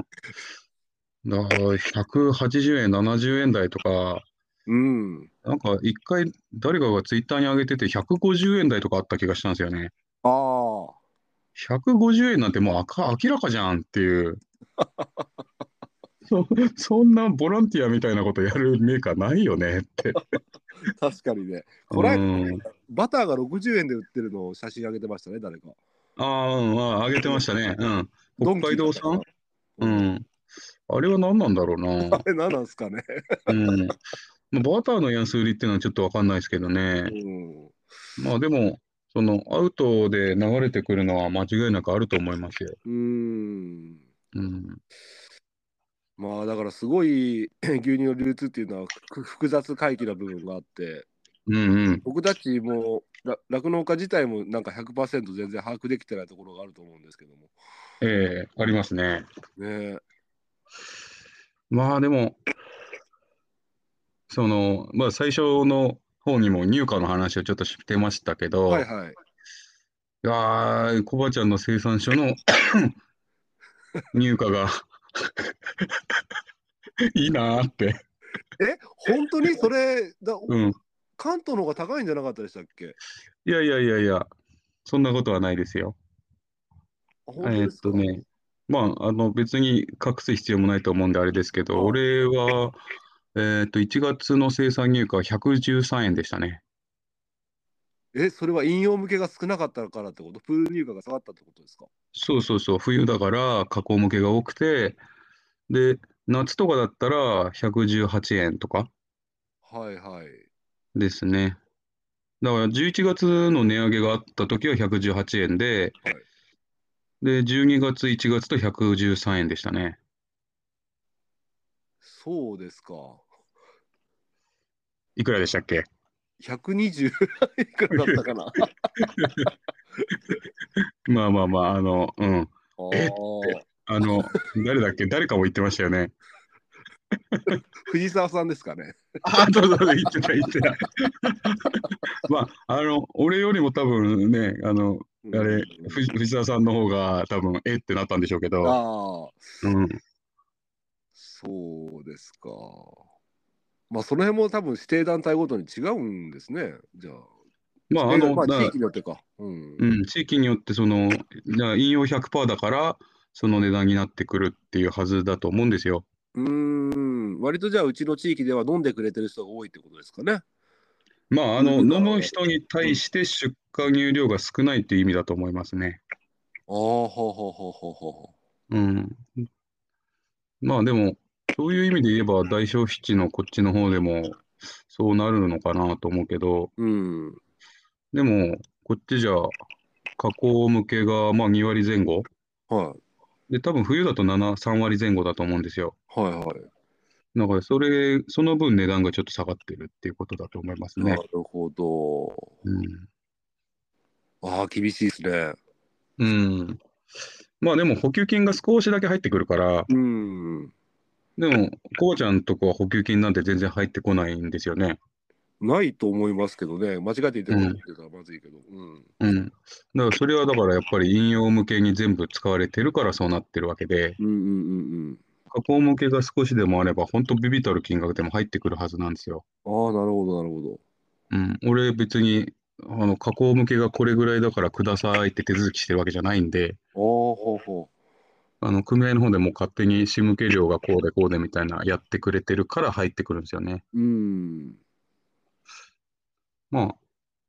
B: だから、180円、70円台とか、
A: うん。
B: なんか一回誰かがツイッターに上げてて、150円台とかあった気がしたんですよね。
A: ああ。
B: 150円なんてもうあか明らかじゃんっ ていう。そそんなボランティアみたいなことやるメーカーないよねって。
A: 確かにね。こ
B: う
A: れ、
B: ん、
A: バターが60円で売ってるのを写真上げてましたね、誰か。
B: あーうんあー、上げてまし たね。う
A: ド
B: ん、
A: ン
B: 北
A: キー
B: 海道
A: とか
B: 産、う
A: うん
B: ん、あれは何なんだろうな
A: あ。れ何なんですかね。
B: うんまあバターの安売りっていうのはちょっと分かんないですけどね
A: う。ん。
B: まあでも、そのアウトで流れてくるのは間違いなくあると思いますよ。
A: うーん。
B: うん、
A: まあだからすごい 牛乳の流通っていうのはふ複雑回帰な部分があって、
B: うん、うん。
A: 僕たちもら酪農家自体もなんか100%全然把握できてないところがあると思うんですけども。
B: ええありますね。
A: ねえ。
B: まあでも、その、まあ最初の方にも入荷の話をちょっとしてましたけど、
A: はいはい。
B: いやー、コバちゃんの生産 所の入荷が いいなーって。
A: え、本当にそれだ、
B: うん。
A: 関東の方が高いんじゃなかったでしたっけ
B: いやいやいやいや、そんなことはないですよ。
A: あ
B: え
A: 本当
B: ー
A: で
B: っ
A: すか
B: とね、まあ、あの、別に隠す必要もないと思うんであれですけ
A: あ
B: ど、俺は、えーっと、1月の生産入荷は113円でしたね。
A: え、それは引用向けが少なかったからってことプール入荷が下がったってことですか
B: そうそうそう、冬だから加工向けが多くて、で、夏とかだったら118円とか
A: はいはい。
B: ですね。だから11月の値上げがあった時は118円で、
A: はい
B: で、12月、1月と113円でしたね。
A: そうですか。
B: いくらでしたっけ
A: 120いくらだったか なあ
B: まあまあまあ、あの、うん。
A: ー
B: えあ の、誰だっけ誰かも言ってましたよね。
A: 藤沢さんですかね。
B: あ、そうそう、言ってた、言ってた。 まあ、あの、俺よりも多分ね、あの、あれ、藤藤沢さんの方が多分、えってなったんでしょうけど、
A: ああ、
B: うん、
A: そうですか。まあ、その辺も多分指定団体ごとに違うんですね。じゃあ、
B: まあ、あ
A: 指定
B: の、
A: まあ、
B: だ
A: 地域によってか。うん。
B: うん、地域によってその、じゃあ引用100%だから、その値段になってくるっていうはずだと思うんですよ。
A: うーん割とじゃあ、うちの地域では飲んでくれてる人が多いってことですかね。
B: まあ、あの、
A: うん
B: 飲む人に対して出荷入量が少ないという意味だと思いますね。
A: ああ、ほうほうほうほうほ
B: うん。まあ、でも、そういう意味で言えば、大消費地のこっちの方でも、そうなるのかなと思うけど、
A: う。うん。
B: でも、こっちじゃ、加工向けが、まあ、2割前後。
A: は
B: で、多分冬だと7、3割前後だと思うんですよ。
A: い。はいはい。
B: だから、それ、その分値段がちょっと下がってるっていうことだと思います
A: な
B: ね。
A: るほど。
B: うん。
A: ああ、厳しいですね。
B: うん。まあでも補給金が少しだけ入ってくるから、
A: うん。
B: でも、こうちゃんとこは補給金なんて全然入ってこないんですよね。
A: ないと思いますけどね。間違えていてもらってたらまずいけど。うん。
B: うん。だからそれはだからやっぱり引用向けに全部使われてるからそうなってるわけで、
A: うんうんうん
B: 加工向けが少しでもあれば、本当ビビたる金額でも入ってくるはずなんですよ。
A: うん。ああ、なるほど、なるほど。
B: うん。俺別に、あの、加工向けがこれぐらいだからくださいって手続きしてるわけじゃないんで、
A: ああ、ほうほ
B: あの、組合の方でもう勝手に仕向け料がこうでこうでみたいなやってくれてるから入ってくるんですよね。
A: う。うん。
B: まあ、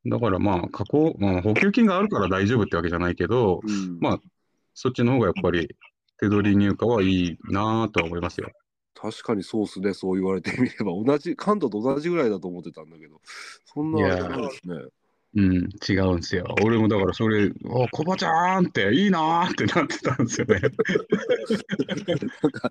B: だからまあ、加工、まあ、補給金があるから大丈夫ってわけじゃないけど、
A: うん
B: まあそっちの方がやっぱり手取り入荷はいいなぁとは思いますよ。
A: 確かにそうっすね、そう言われてみれば、同じ、関東と同じぐらいだと思ってたんだけど、そんなあれじゃないですね。
B: うん、違うんですよ。俺もだからそれ、お、コバちゃんっていいなぁってなってたんですよね。
A: なんか、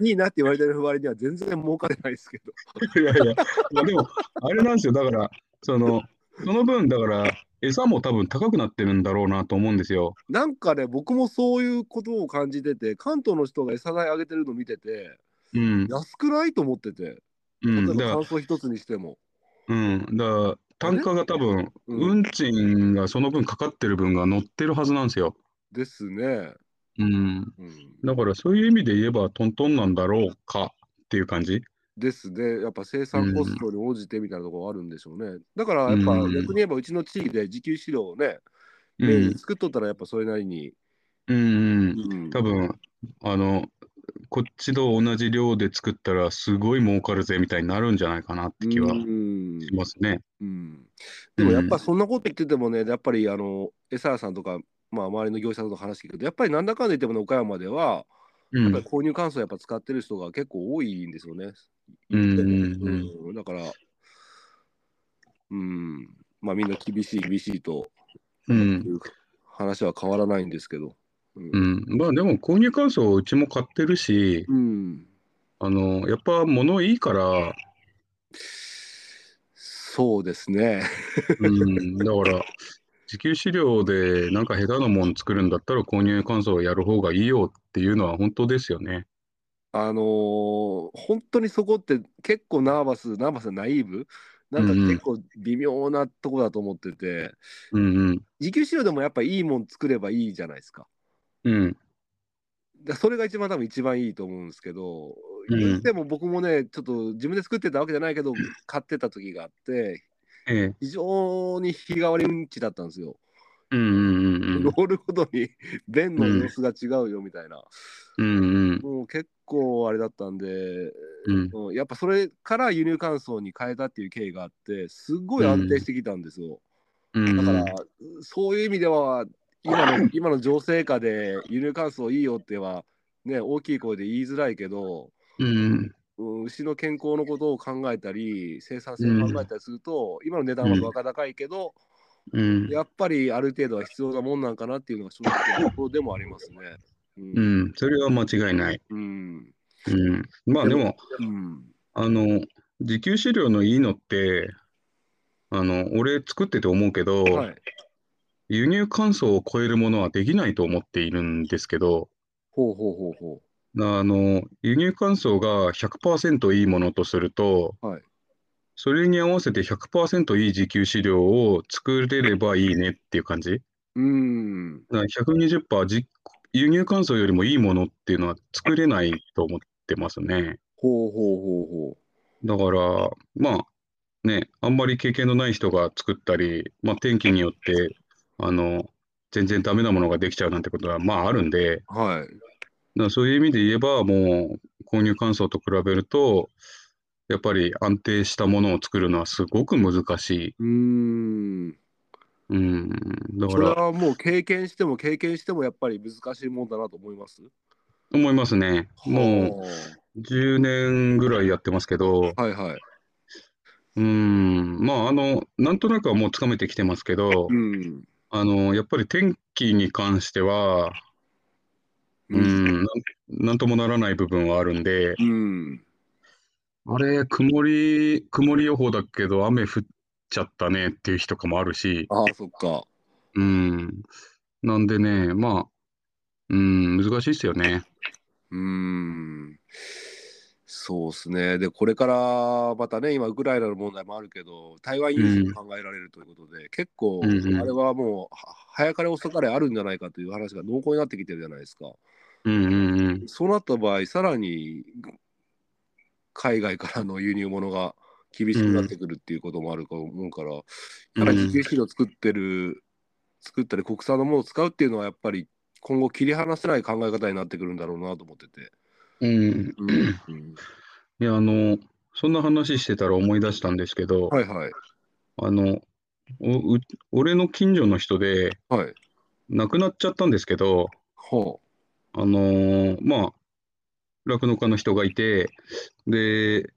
A: いいなって言われてる割には全然儲かれないですけど。
B: いやいや、まあ、でも、あれなんですよ。だから、その、その分、だから、餌も多分高くなってるんだろうなと思うんですよ。
A: なんかね、僕もそういうことを感じてて、関東の人が餌代上げてるの見てて、
B: うん。
A: 安くないと思ってて、例
B: う
A: えば
B: ん、だから
A: 乾、燥一つにしても。
B: うん、だから単価が多分、
A: うん
B: 運賃がその分かかってる分が乗ってるはずなんですよ。
A: ですね。
B: うん、
A: うん、
B: だからそういう意味で言えばトントンなんだろうかっていう感じ。
A: ですね。やっぱ生産コストに応じてみたいなところあるんでしょうね。だからやっぱ
B: うん
A: 逆に言えばうちの地域で自給飼料をね、
B: う
A: メイン
B: ん
A: に、作っとったらやっぱそれなりに。
B: うん、うん
A: うん
B: 多分あのこっちと同じ量で作ったらすごい儲かるぜみたいになるんじゃないかなって気は
A: うん
B: しますね。
A: うんでもやっぱそんなこと言っててもね、やっぱりあの餌屋さんとか、まあ、周りの業者さんとか話聞くと、やっぱりなんだかんだ言ってもね、岡山では、
B: うん、
A: やっぱり購入乾燥やっぱ使ってる人が結構多いんですよね。
B: うんうんう
A: うんだから、うん、まあみんな厳しい、厳しいと、
B: うん
A: いう話は変わらないんですけど。うん
B: うん、まあでも購入感想うちも買ってるし、
A: うん
B: あのやっぱ物いいから、
A: そうですね。
B: うん、だから自給飼料でなんか下手なもん作るんだったら購入感想をやる方がいいよっていうのは本当ですよね。
A: あのー本当にそこって結構ナーバス、ナーバスなナイーブなんか結構微妙なとこだと思ってて、
B: うんうん。
A: 自給飼料でもやっぱいいもん作ればいいじゃないですか。
B: うん。
A: だそれが一番多分一番いいと思うんですけど、
B: うん
A: でも僕もねちょっと自分で作ってたわけじゃないけど買ってた時があって
B: ええ。
A: 非常に日替わりうんちだったんですよ、
B: うんうんうん
A: ロールごとに 便の様子が違うよみたいな、
B: うん。うん
A: もう結構あれだったんで、
B: うん。
A: うんやっぱそれから輸入乾燥に変えたっていう経緯があってすごい安定してきたんですよ、
B: うん。
A: だからそういう意味では今 の今の情勢下で輸入乾燥いいよってはね大きい声で言いづらいけど、
B: うん。
A: うん牛の健康のことを考えたり生産性を考えたりすると、今の値段はバカ高いけど、
B: うん。
A: やっぱりある程度は必要なもんなんかなっていうのが正直なところでもありますね。うん
B: うん。それは間違いない。
A: うん
B: うん。まあでも、
A: うん
B: あの、自給飼料のいいのって、あの、俺作ってて思うけど、
A: はい、
B: 輸入乾燥を超えるものはできないと思っているんですけど、
A: ほうほうほうほ
B: あの、輸入乾燥が100%いいものとすると、
A: はい
B: それに合わせて100%いい自給飼料を作れればいいねっていう感じ。
A: う。うん
B: だから120%じ輸入乾燥よりもいいものっていうのは作れないと思ってますね。
A: ほうほうほうほ
B: だから、まあね、あんまり経験のない人が作ったり、まあ、天気によって、あの、全然ダメなものができちゃうなんてことはまああるんで、
A: う。はい。
B: だからそういう意味で言えば、もう購入乾燥と比べると、やっぱり安定したものを作るのはすごく難しい。
A: うん。
B: うん、だ
A: そ
B: か
A: れ
B: ら、
A: はもう経験しても経験してもやっぱり難しいもんだなと思います。
B: 思いますね。も
A: は
B: う10年ぐらいやってますけど、
A: あはいはい。
B: うん、まあ、あの、なんとなくはもうつかめてきてますけど
A: う、ん。
B: あの、やっぱり天気に関しては、
A: う
B: う
A: ん。
B: ん、なんなんともならない部分はあるんで、
A: うん。
B: あれ、曇り、曇り予報だけど、雨降っちゃったねっていう日とかもあるし、
A: ああ、そっか。
B: うん、なんでね、まあ、うん、難しいですよね。
A: うーんそうですね。で、これからまたね、今、ウクライナの問題もあるけど、台湾有事も考えられるということで、結構、
B: うんうん
A: あれはもう、は早かれ遅かれあるんじゃないかという話が濃厚になってきてるじゃないですか。
B: うんうんうん、
A: そうなった場合、さらに海外からの輸入物が厳しくなってくるっていうこともあると思うから、やっぱり自給飼料作ってる、作ったり、国産のものを使うっていうのは、やっぱり今後、切り離せない考え方になってくるんだろうなと思ってて。
B: うん。
A: うんうん
B: いや、あの、そんな話してたら思い出したんですけど、
A: はいはい。
B: あの、おう俺の近所の人で、
A: はい。
B: 亡くなっちゃったんですけど、
A: は
B: あのーまあ、酪農家の人がいて、で、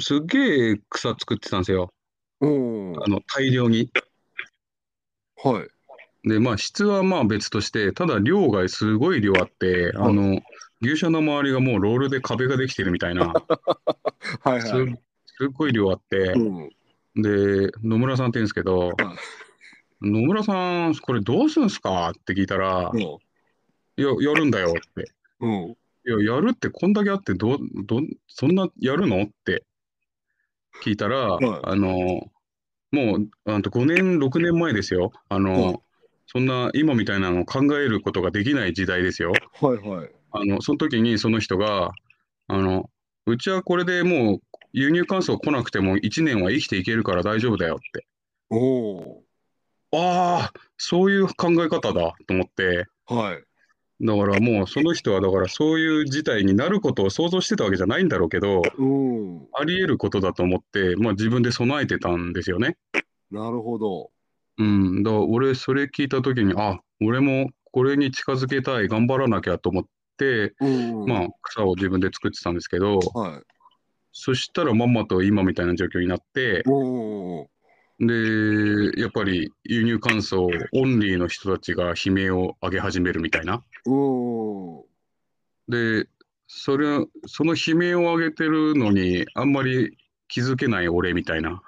B: すっげえ草作ってたんですよ。
A: あ。うん。
B: あの、大量に。
A: はい。
B: で、まあ、質はまあ別として、ただ量がすごい量あって、あの、牛舎の周りがもうロールで壁ができてるみたいな、
A: はい
B: す
A: はい。
B: すっごい量あって、
A: うん。
B: で、野村さんって言うんですけど
A: は、
B: 野村さん、これどうすんすかって聞いたら、いや、やるんだよって。
A: うん。
B: いや、やるってこんだけあってど、ど、そんなやるのって聞いたら、
A: はい
B: あの、もう、あと5年、6年前ですよ。あの、
A: はい
B: そんな今みたいなのを考えることができない時代ですよ。
A: はいはい。
B: あの、その時にその人が、あの、うちはこれでもう輸入乾燥来なくても1年は生きていけるから大丈夫だよって。
A: おお
B: ああ、そういう考え方だと思って、
A: ー。はい。
B: だからもうその人はだからそういう事態になることを想像してたわけじゃないんだろうけど、
A: うん。
B: あり得ることだと思って、まあ、自分で備えてたんですよね。
A: なるほど。
B: うん、だから俺、それ聞いたときに、あ俺もこれに近づけたい、頑張らなきゃと思って、
A: うん。
B: まあ、草を自分で作ってたんですけど、
A: あ。はい。
B: そしたらまんまと今みたいな状況になって、
A: おお。
B: で、やっぱり輸入乾燥オンリーの人たちが悲鳴を上げ始めるみたいな。
A: うん。
B: で、それ、その悲鳴を上げてるのに、あんまり気づけない俺みたいな。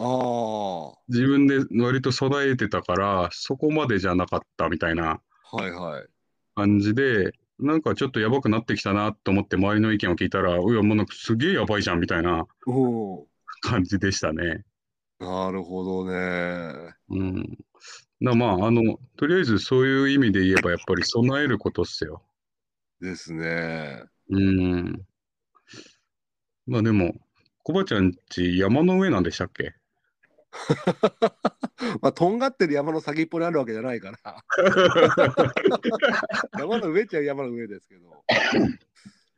A: ああ。
B: 自分で割と備えてたから、そこまでじゃなかったみたいな
A: はいはい。
B: 感じで、なんかちょっとやばくなってきたなと思って周りの意見を聞いたら、うわ、もうなんかすげえやばいじゃんみたいな
A: うん。
B: 感じでしたね。
A: なるほどね。
B: うん。なまあ、あの、とりあえずそういう意味で言えば、やっぱり備えることっすよ。
A: ですね。
B: うん。まあでも、コバちゃんち山の上なんでしたっけ
A: まあ、とんがってる山の先っぽにあるわけじゃないから、山の上っちゃ山の上ですけど、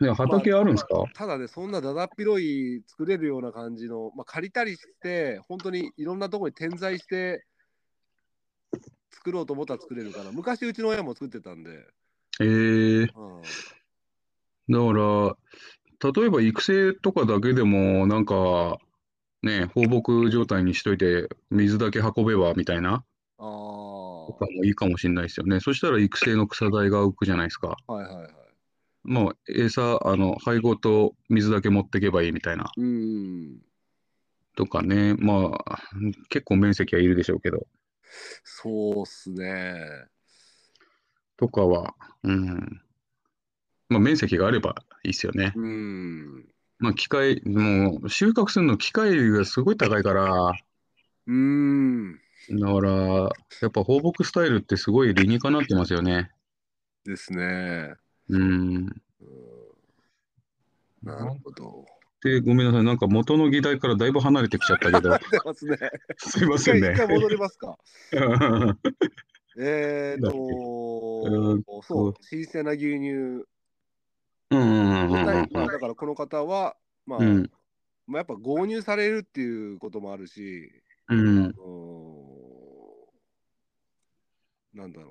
B: いや畑あるんですか、
A: ただね、そんなだだっ広い作れるような感じの、まあ、借りたりして、本当にいろんなとこに点在して、作ろうと思ったら作れるから、昔、うちの親も作ってたんで、
B: えー、
A: うん、
B: だから、例えば育成とかだけでも、なんか、ね、放牧状態にしといて、水だけ運べばみたいな
A: ああ、
B: とかもいいかもしれないですよね。そしたら育成の草代が浮くじゃないですか。
A: はいはいはい。
B: もう餌、あの、配合と水だけ持ってけばいいみたいな。
A: うん、
B: とかね、まあ、結構面積はいるでしょうけど、
A: そうっすね。
B: とかは、うん。まあ、面積があればいいっすよね。
A: うん、
B: まあ、機械、もう、収穫するの機械がすごい高いから、
A: うん、
B: だから、やっぱ放牧スタイルってすごい理にかなってますよね。
A: ですね。
B: うん。
A: うん、なるほど。
B: で、ごめんなさい、なんか元の議題からだいぶ離れてきちゃったけど、
A: 出ますね。
B: すいま
A: 一
B: せ
A: 回一
B: んね。
A: 回戻ります か。えーと
B: うーん
A: そう、新鮮な牛乳。
B: うんうんうんうん
A: ま
B: う
A: あ
B: ん。
A: だからこの方は、まあ、
B: うん
A: まあ、やっぱ購入されるっていうこともあるし、
B: うん
A: うーんなんだろ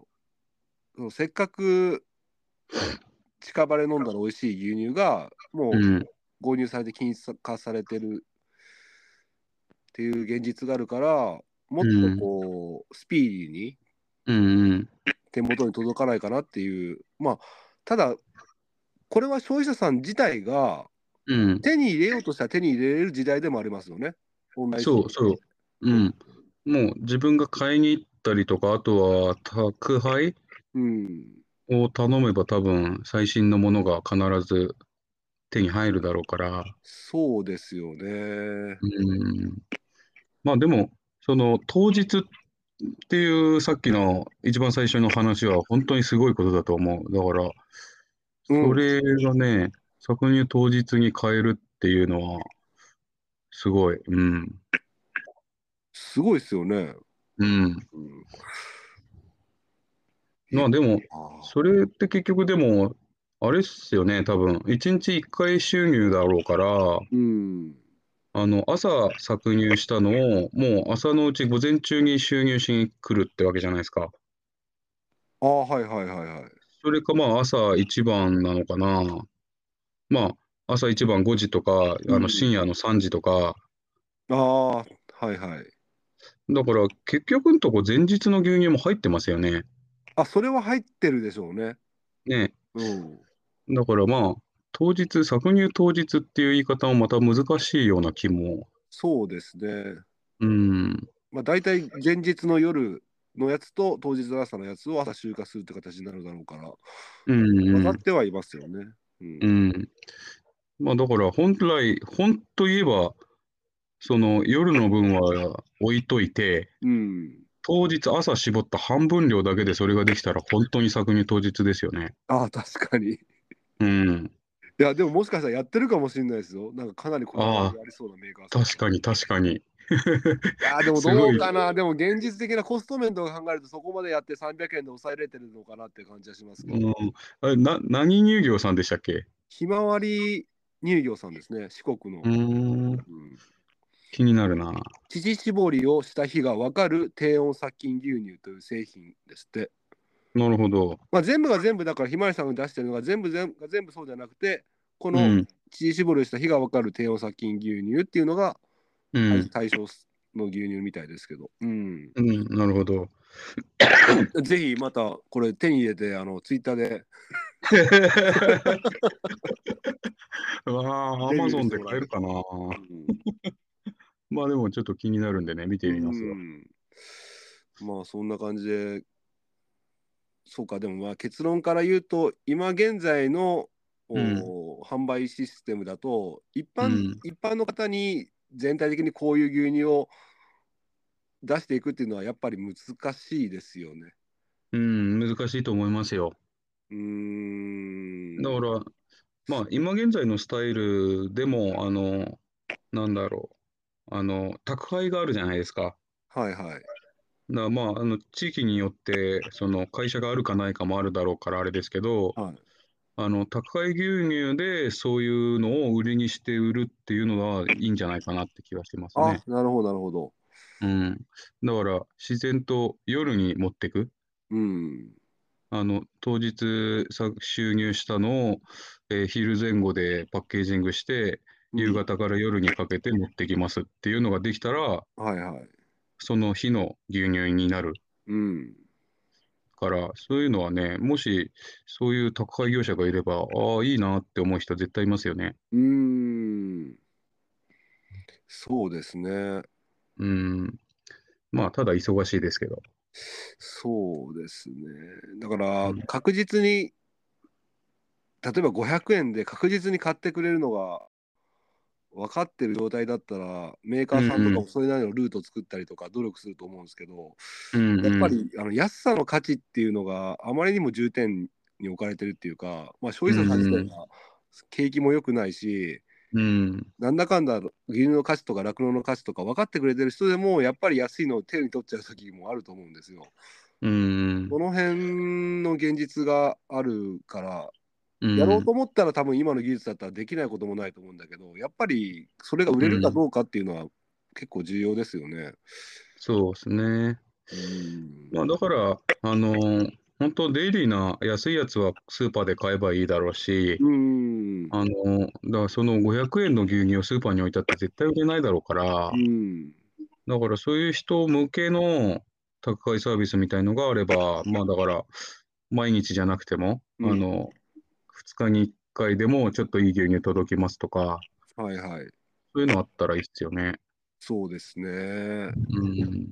A: う。そのせっかく近場で飲んだら美味しい牛乳が、も
B: う
A: うん購入されて禁止化されてるっていう現実があるから、もっとこう、スピーディーに
B: うんうん
A: 手元に届かないかなっていう、まあ、ただ、これは消費者さん自体が
B: うん
A: 手に入れようとしたら手に入れれる時代でもありますよね、オンライン
B: そうそう。うん。もう自分が買いに行ったりとか、あとは宅配
A: うん、
B: を頼めば多分最新のものが必ず手に入るだろうから。
A: そうですよね。
B: うん。まあでも、その当日っていうさっきの一番最初の話は本当にすごいことだと思う。だから、
A: うん
B: それがね、搾乳当日に変えるっていうのは、すごい。うん。
A: すごいですよね。
B: うん。
A: うん、
B: まあでも、
A: あー
B: それって結局でも、あれっすよね、多分。1日1回収入だろうから、
A: うん、
B: あの、朝搾乳したのを、もう朝のうち午前中に収入しに来るってわけじゃないですか。
A: ああ、はいはいはいはい。
B: それかまあ朝一番なのかな。まあ、朝一番5時とか、あ
A: う
B: の
A: ん
B: 深夜の3時とか、
A: ああ、はいはい。
B: だから結局のとこ前日の牛乳も入ってますよね。
A: あ、それは入ってるでしょうね。
B: ね。
A: うん、
B: だからまあ、当日、搾乳当日っていう言い方もまた難しいような気も。
A: そうですね。
B: うん。
A: まあ、大体前日の夜のやつと当日の朝のやつを朝収穫するって形になるだろうから、
B: うんう
A: 分
B: ん
A: かってはいますよね。うん
B: うん。まあだから本来、本といえば、その夜の分は置いといて、
A: うん、
B: 当日朝絞った半分量だけでそれができたら本当に搾乳当日ですよね。
A: ああ、確かに。い
B: うん。
A: や、でももしかしたらやってるかもしれないですよ。なんかかなりこの感じありそうなメーカーさん。
B: 確かに確かに。
A: いや、でも
B: すご
A: ど
B: いう
A: かな。でも現実的なコスト面とか考えると、そこまでやって300円で抑えれてるのかなって感じはしますけど、
B: うん、あれな何乳業さんでしたっけ
A: ひまわり乳業さんですね、四国の。
B: うーん、
A: うん
B: 気になるな。
A: 乳搾りをした日が分かる低温殺菌牛乳という製品ですって。
B: なるほど。
A: まあ、全部が全部だからひまわりさんが出してるのが全部全部が全部そうじゃなくてこ
B: う
A: の
B: ん、
A: 乳搾りをした日が分かる低温殺菌牛乳っていうのが
B: うん、
A: 対象の牛乳みたいですけど、うん
B: うん、なるほ ど。
A: ぜひまたこれ手に入れてあのツイッターで
B: わあ、ア
A: レビュ
B: マ
A: ー
B: ゾン
A: して
B: で
A: もら
B: 買
A: える
B: えるかな。
A: うん
B: まあでもちょっと気になるんでね、見てみます
A: う
B: よ。
A: んまあそんな感じでそうかでもまあ結論から言うと今現在の、おー販売システムだと一般、
B: うん
A: 一般の方に全体的にこういう牛乳を出していくっていうのはやっぱり難しいですよね。
B: うん、難しいと思いますよ。
A: うーん。
B: だから、まあ、今現在のスタイルでも、あの、なんだろう、あの、宅配があるじゃないですか。
A: はいはい。
B: だからまあ、あの地域によって、その会社があるかないかもあるだろうからあれですけど、
A: はい
B: あの宅配牛乳でそういうのを売りにして売るっていうのはいいんじゃないかなって気がしてます
A: あ、
B: ね。
A: なるほどなるほど。
B: うん、だから自然と夜に持ってく、
A: うん。あ
B: あの当日さ収入したのを、えー昼前後でパッケージングして、夕方から夜にかけて持ってきますっていうのができたら、
A: はいはい。
B: その日の牛乳になる。
A: うん。
B: から、そういうのはね、もしそういう宅配業者がいれば、ああ、いいなって思う人絶対いますよね。
A: うーん。そうですね。
B: うん。まあ、ただ忙しいですけど。
A: そうですね。だから
B: うん
A: 確実に、例えば500円で確実に買ってくれるのが分かってる状態だったらメーカーさんとかもそれなりのルート作ったりとか努力すると思うんですけど、
B: うん、
A: やっぱりあの安さの価値っていうのがあまりにも重点に置かれてるっていうか、まあ、消費者さん自体が景気も良くないし、
B: うん、
A: なんだかんだ牛乳の価値とか酪農の価値とか分かってくれてる人でもやっぱり安いのを手に取っちゃう時もあると思うんですよ。
B: うん、
A: この辺の現実があるから
B: うん、
A: やろうと思ったら多分今の技術だったらできないこともないと思うんだけどやっぱりそれが売れるかどうかっていうのは結構重要ですよね。
B: そうですね。
A: うん
B: まあ、だから、あの本当、デイリーな安いやつはスーパーで買えばいいだろうし、
A: うん
B: あのだからその500円の牛乳をスーパーに置いたって絶対売れないだろうから
A: う、ん
B: だからそういう人向けの宅配サービスみたいのがあれば、まあだから、毎日じゃなくても、
A: うん
B: あの、2日に1回でもちょっといい牛乳届きますとか、
A: はいはい
B: そういうのあったらいいっすよね。
A: そうですね。
B: うん。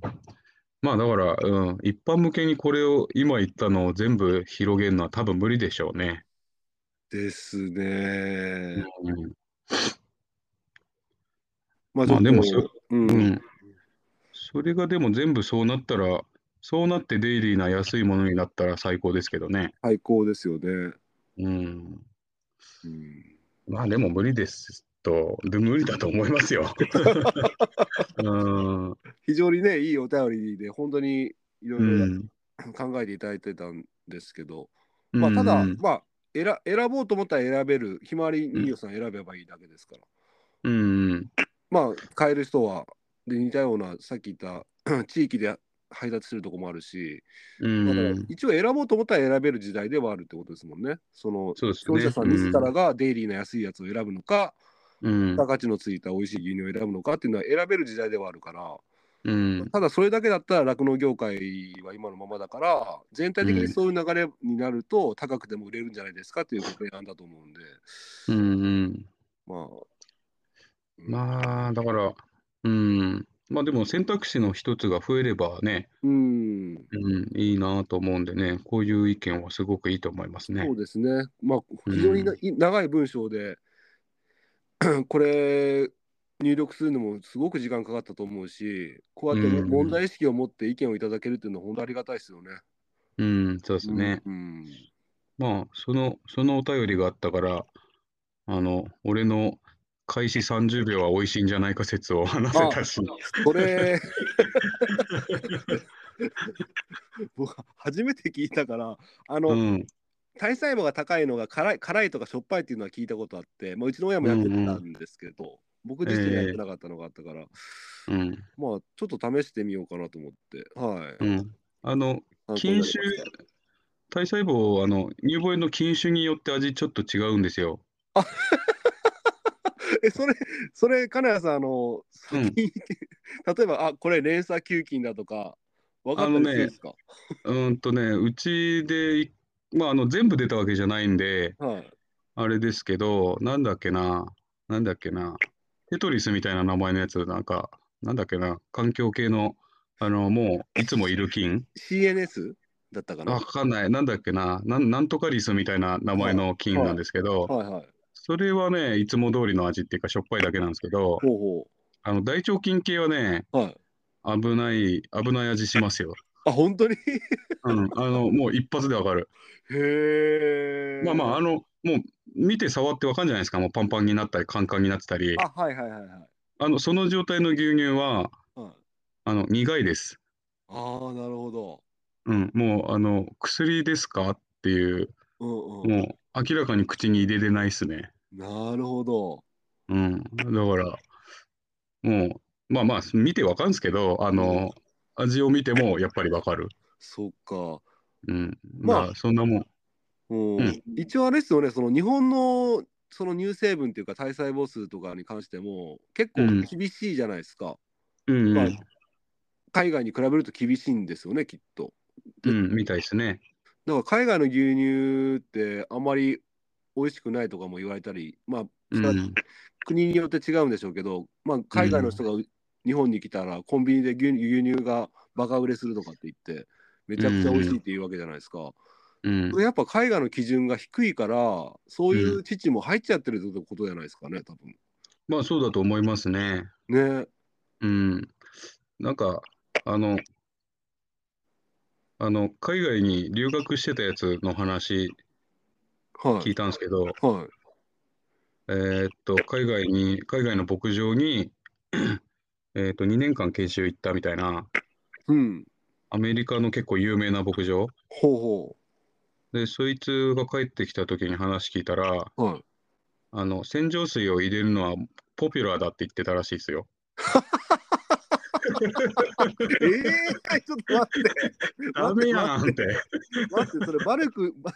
B: まあだから、うん、一般向けにこれを、今言ったのを全部広げるのは多分無理でしょうね。
A: ですね。
B: うん。
A: ま
B: まあでも
A: ちょっとうん
B: うん。それがでも全部そうなったら、そうなってデイリーな安いものになったら最高ですけどね。
A: 最高ですよね。
B: うん。
A: うん
B: まあでも無理ですと、で無理だと思いま すよ。うん、
A: 非常にねいいお便りで本当にいろ
B: う
A: い
B: ん、
A: ろ考えていただいてたんですけど、まあ、ただ、
B: うん
A: まあ選選ぼうと思ったら選べるひまわり人形さん選べばいいだけですから、
B: うん、
A: まあ買える人はで似たようなさっき言った 地域で配達するとこもあるし、
B: う
A: だから
B: ん、
A: 一応選ぼうと思ったら選べる時代ではあるってことですもんねその
B: そうです
A: 消費
B: ね
A: 者。さん自らがデイリーな安いやつを選ぶのか、
B: うん、
A: 付加価値のついた美味しい牛乳を選ぶのかっていうのは選べる時代ではあるから、
B: うん、
A: ただそれだけだったら酪農業界は今のままだから全体的にそういう流れになると高くても売れるんじゃないですかっていうご提案だと思うんで
B: うん、うん。
A: まあ、うん
B: まあ、だから、うん、まあでも選択肢の一つが増えればね、
A: うん
B: うん、いいなと思うんでね、こういう意見はすごくいいと思いますね
A: そう。ですねまあ
B: うん
A: 非常にない長い文章で これ入力するのもすごく時間かかったと思うしこうやって
B: うん
A: 問題意識を持って意見をいただけるっていうのは本当ありがたいですよね。
B: うん、そうですね。
A: うん
B: まあ、その、そのお便りがあったから、あの、俺の開始30秒は美味しいんじゃないか説を話せたし、
A: これ 僕初めて聞いたからあの、
B: うん、
A: 体細胞が高いのが辛い辛いとかしょっぱいっていうのは聞いたことあって、まあ、うちの親もやってたんですけど、僕自身やってなかったのがあったから、
B: うん、
A: まあちょっと試してみようかなと思ってはい、
B: うん。あの、
A: 参考になり
B: 禁
A: ま
B: 酒
A: した、
B: 体細胞、あの、乳房炎の禁酒によって味ちょっと違うんですよ。
A: えそれそれ金谷さんあの、
B: うん
A: 例えばあこれ連鎖球菌だとか分かったりするんですか、
B: うーんとね、うちでい、まあ、あの、全部出たわけじゃないんで、
A: はい
B: あれですけど、なんだっけな、なんだっけな、テトリスみたいな名前のやつ、なんか、なんだっけな、環境系の、あの、もう、いつもいる菌
A: CNS だったかな
B: わかんない。なんだっけな。なん、なんとかリスみたいな名前の菌なんですけど、
A: はいはい
B: それはね、いつも通りの味っていうか、しょっぱいだけなんですけ
A: ほ
B: ど、
A: うほ
B: あの大腸菌系はね、
A: はい。
B: 危ない、危ない味 しますよ。
A: あ、本当にへ
B: うん、あのもう一発でわかる。
A: え。
B: まあまあ、あ
A: あ
B: の、もう見て触ってわかるんじゃないですか、もうパンパンになったり、カンカンになってたり、
A: あ、はいはいはいはい。
B: あのその状態の牛乳は
A: はい、
B: あの苦いです。
A: ああ、なるほど。
B: うん、もうあの薬ですかっていう、
A: うんうん。
B: もう明らかに口に入れれないっすね。
A: なるほど。
B: うん、だから、もう、まあまあ、見てわかるんですけど、あの、味を見てもやっぱりわかる。
A: そっか。
B: うん、
A: まあ
B: まあ、そんなもん。
A: うん
B: うん
A: 一応あれですよね、その日本のその乳成分っていうか体細胞数とかに関しても結構
B: うん
A: 厳しいじゃないですか。
B: うん、う
A: まあ
B: ん、
A: 海外に比べると厳しいんですよね、きっと。
B: うん、みたいですね。
A: だから海外の牛乳ってあんまり美味しくないとかも言われたり、まあ、
B: う
A: それは
B: ん、
A: 国によって違うんでしょうけど、まあ、海外の人が日本に来たらコンビニで牛牛乳がバカ売れするとかって言ってめちゃくちゃ美味しいっていうわけじゃないですか、
B: うん
A: それやっぱ海外の基準が低いからそういう父も入っちゃってるってことじゃないですかね多
B: まあ、そうだと思いますね。
A: 分ね
B: うん、なんか、あの、あの、海外に留学してたやつの話
A: は
B: 聞
A: い
B: いたんですけど、
A: はい
B: えーっと、海外に、海外の牧場に、 えーっと、2年間研修行ったみたいな、
A: うん
B: アメリカの結構有名な牧場。
A: ほうほ
B: で、そいつが帰ってきた時に話聞いたら、
A: うはい
B: あの、洗浄水を入れるのはポピュラーだって言ってたらしいですよ。
A: ええー、ちょっと待って
B: ダメやんっ
A: 待って
B: て。
A: 待ってそれバルクバ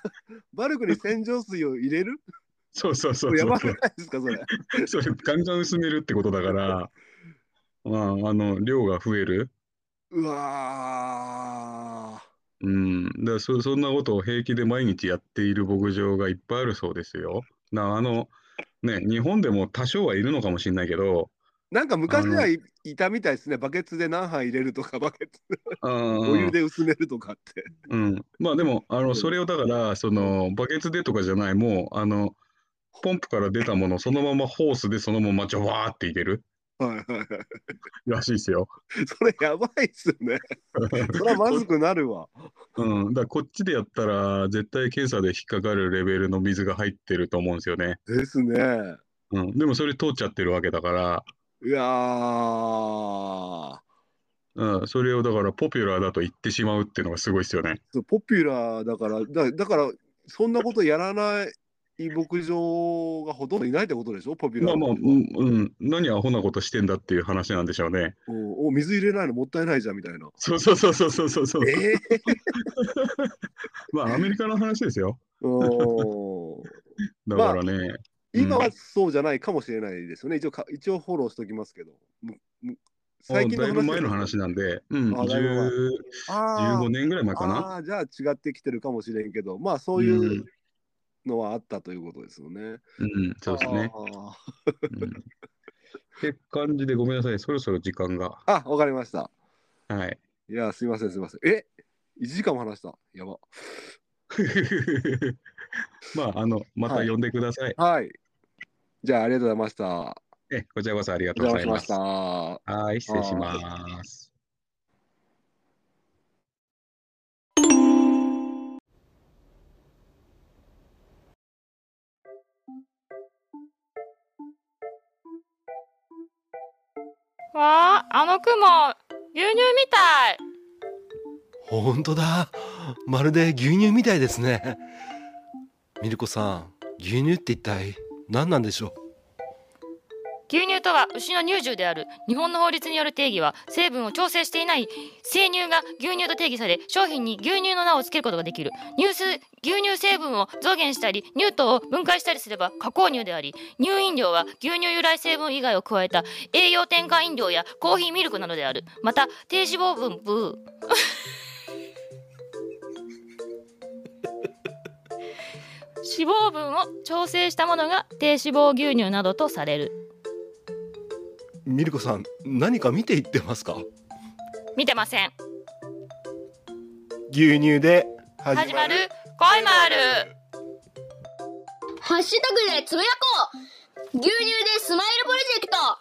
A: バルクに洗浄水を入れる
B: そうそうそう
A: や
B: そう
A: ばくないですかそれ
B: それガンガン薄めるってことだから、まあ、あの量が増える、
A: うわ
B: うん、だからそそんなことを平気で毎日やっている牧場がいっぱいあるそうですよ。なあのね、日本でも多少はいるのかもしれないけど、
A: ーなんか昔
B: あの
A: はい、いたみたいですねバケツで何杯入れるとかバケツ
B: あ
A: お湯
B: ー
A: で薄めるとかって
B: うん、まあでもあ
A: う
B: の
A: ん
B: それをだからそのバケツでとかじゃないもうあのポンプから出たものそのままホースでそのままジョワーっていける
A: はいはいはい
B: らしいですよ。
A: それやばいっすよねそれはまずくなるわ
B: うん、だからこっちでやったら絶対検査で引っかかるレベルの水が入ってると思うんですよね。
A: ですね
B: うん、でもそれ通っちゃってるわけだから、
A: いやー
B: うん、それをだからポピュラーだと言ってしまうっていうのがすごいですよね。
A: そうポピュラーだからだだからそんなことやらない牧場がほとんどいないってことでしょポピュ
B: ま
A: ラ
B: あ
A: ー
B: まあ、
A: な
B: う
A: のは
B: ん、うん何アホなことしてんだっていう話なんでしょうね。
A: おお水入れないのもったいないじゃんみたいな
B: そうそうそうそうそうそうそう。
A: ええ
B: まあアメリカの話ですよ。
A: おー
B: だからね、
A: 今はそうじゃないかもしれないですよね、一応か一応フォローしときますけどむむ最近
B: だい
A: の話
B: ぶ前の話なんで、うん、
A: あだいぶ前
B: 10
A: あー
B: 15年ぐらい前かな。
A: あーじゃあ違ってきてるかもしれんけどまあそういうのはあったということですよね。
B: うん、うん、そうですね。
A: あ
B: うん、って感じでごめんなさい、そろそろ時間が。
A: ーあわかりました。
B: はい。
A: いやすいませんすいません。え1時間も話した。やば。
B: まあ、あの、また呼んでください。
A: はい。じゃあありがとうございました。
B: え、こちらこそありが
A: お
B: とうご
A: 邪
B: ざ
A: 魔
B: い
A: し
B: ま
A: ました。
B: す。はい、失礼します。
C: わあ、あの雲、牛乳みたい。
D: 本当だまるで牛乳みたいですねミルコさん牛乳って一体何なんでしょ
C: 牛乳とは牛の乳汁である。日本の法律による定義は、成分を調整していない生乳が牛乳と定義され、商品に牛乳の名を付けることができる。乳数、牛乳成分を増減したり、乳糖を分解したりすれば加工乳であり、乳飲料は牛乳由来成分以外を加えた栄養添加飲料やコーヒーミルクなどである。また、低脂肪分、ブー。 脂肪分を調整したものが低脂肪牛乳などとされる。
D: うミルコさん何か見ていってますか
C: 見てません
D: 牛乳で
C: 始まる恋もある
E: ハッシュタグでつぶやこう牛乳でスマイルプロジェクト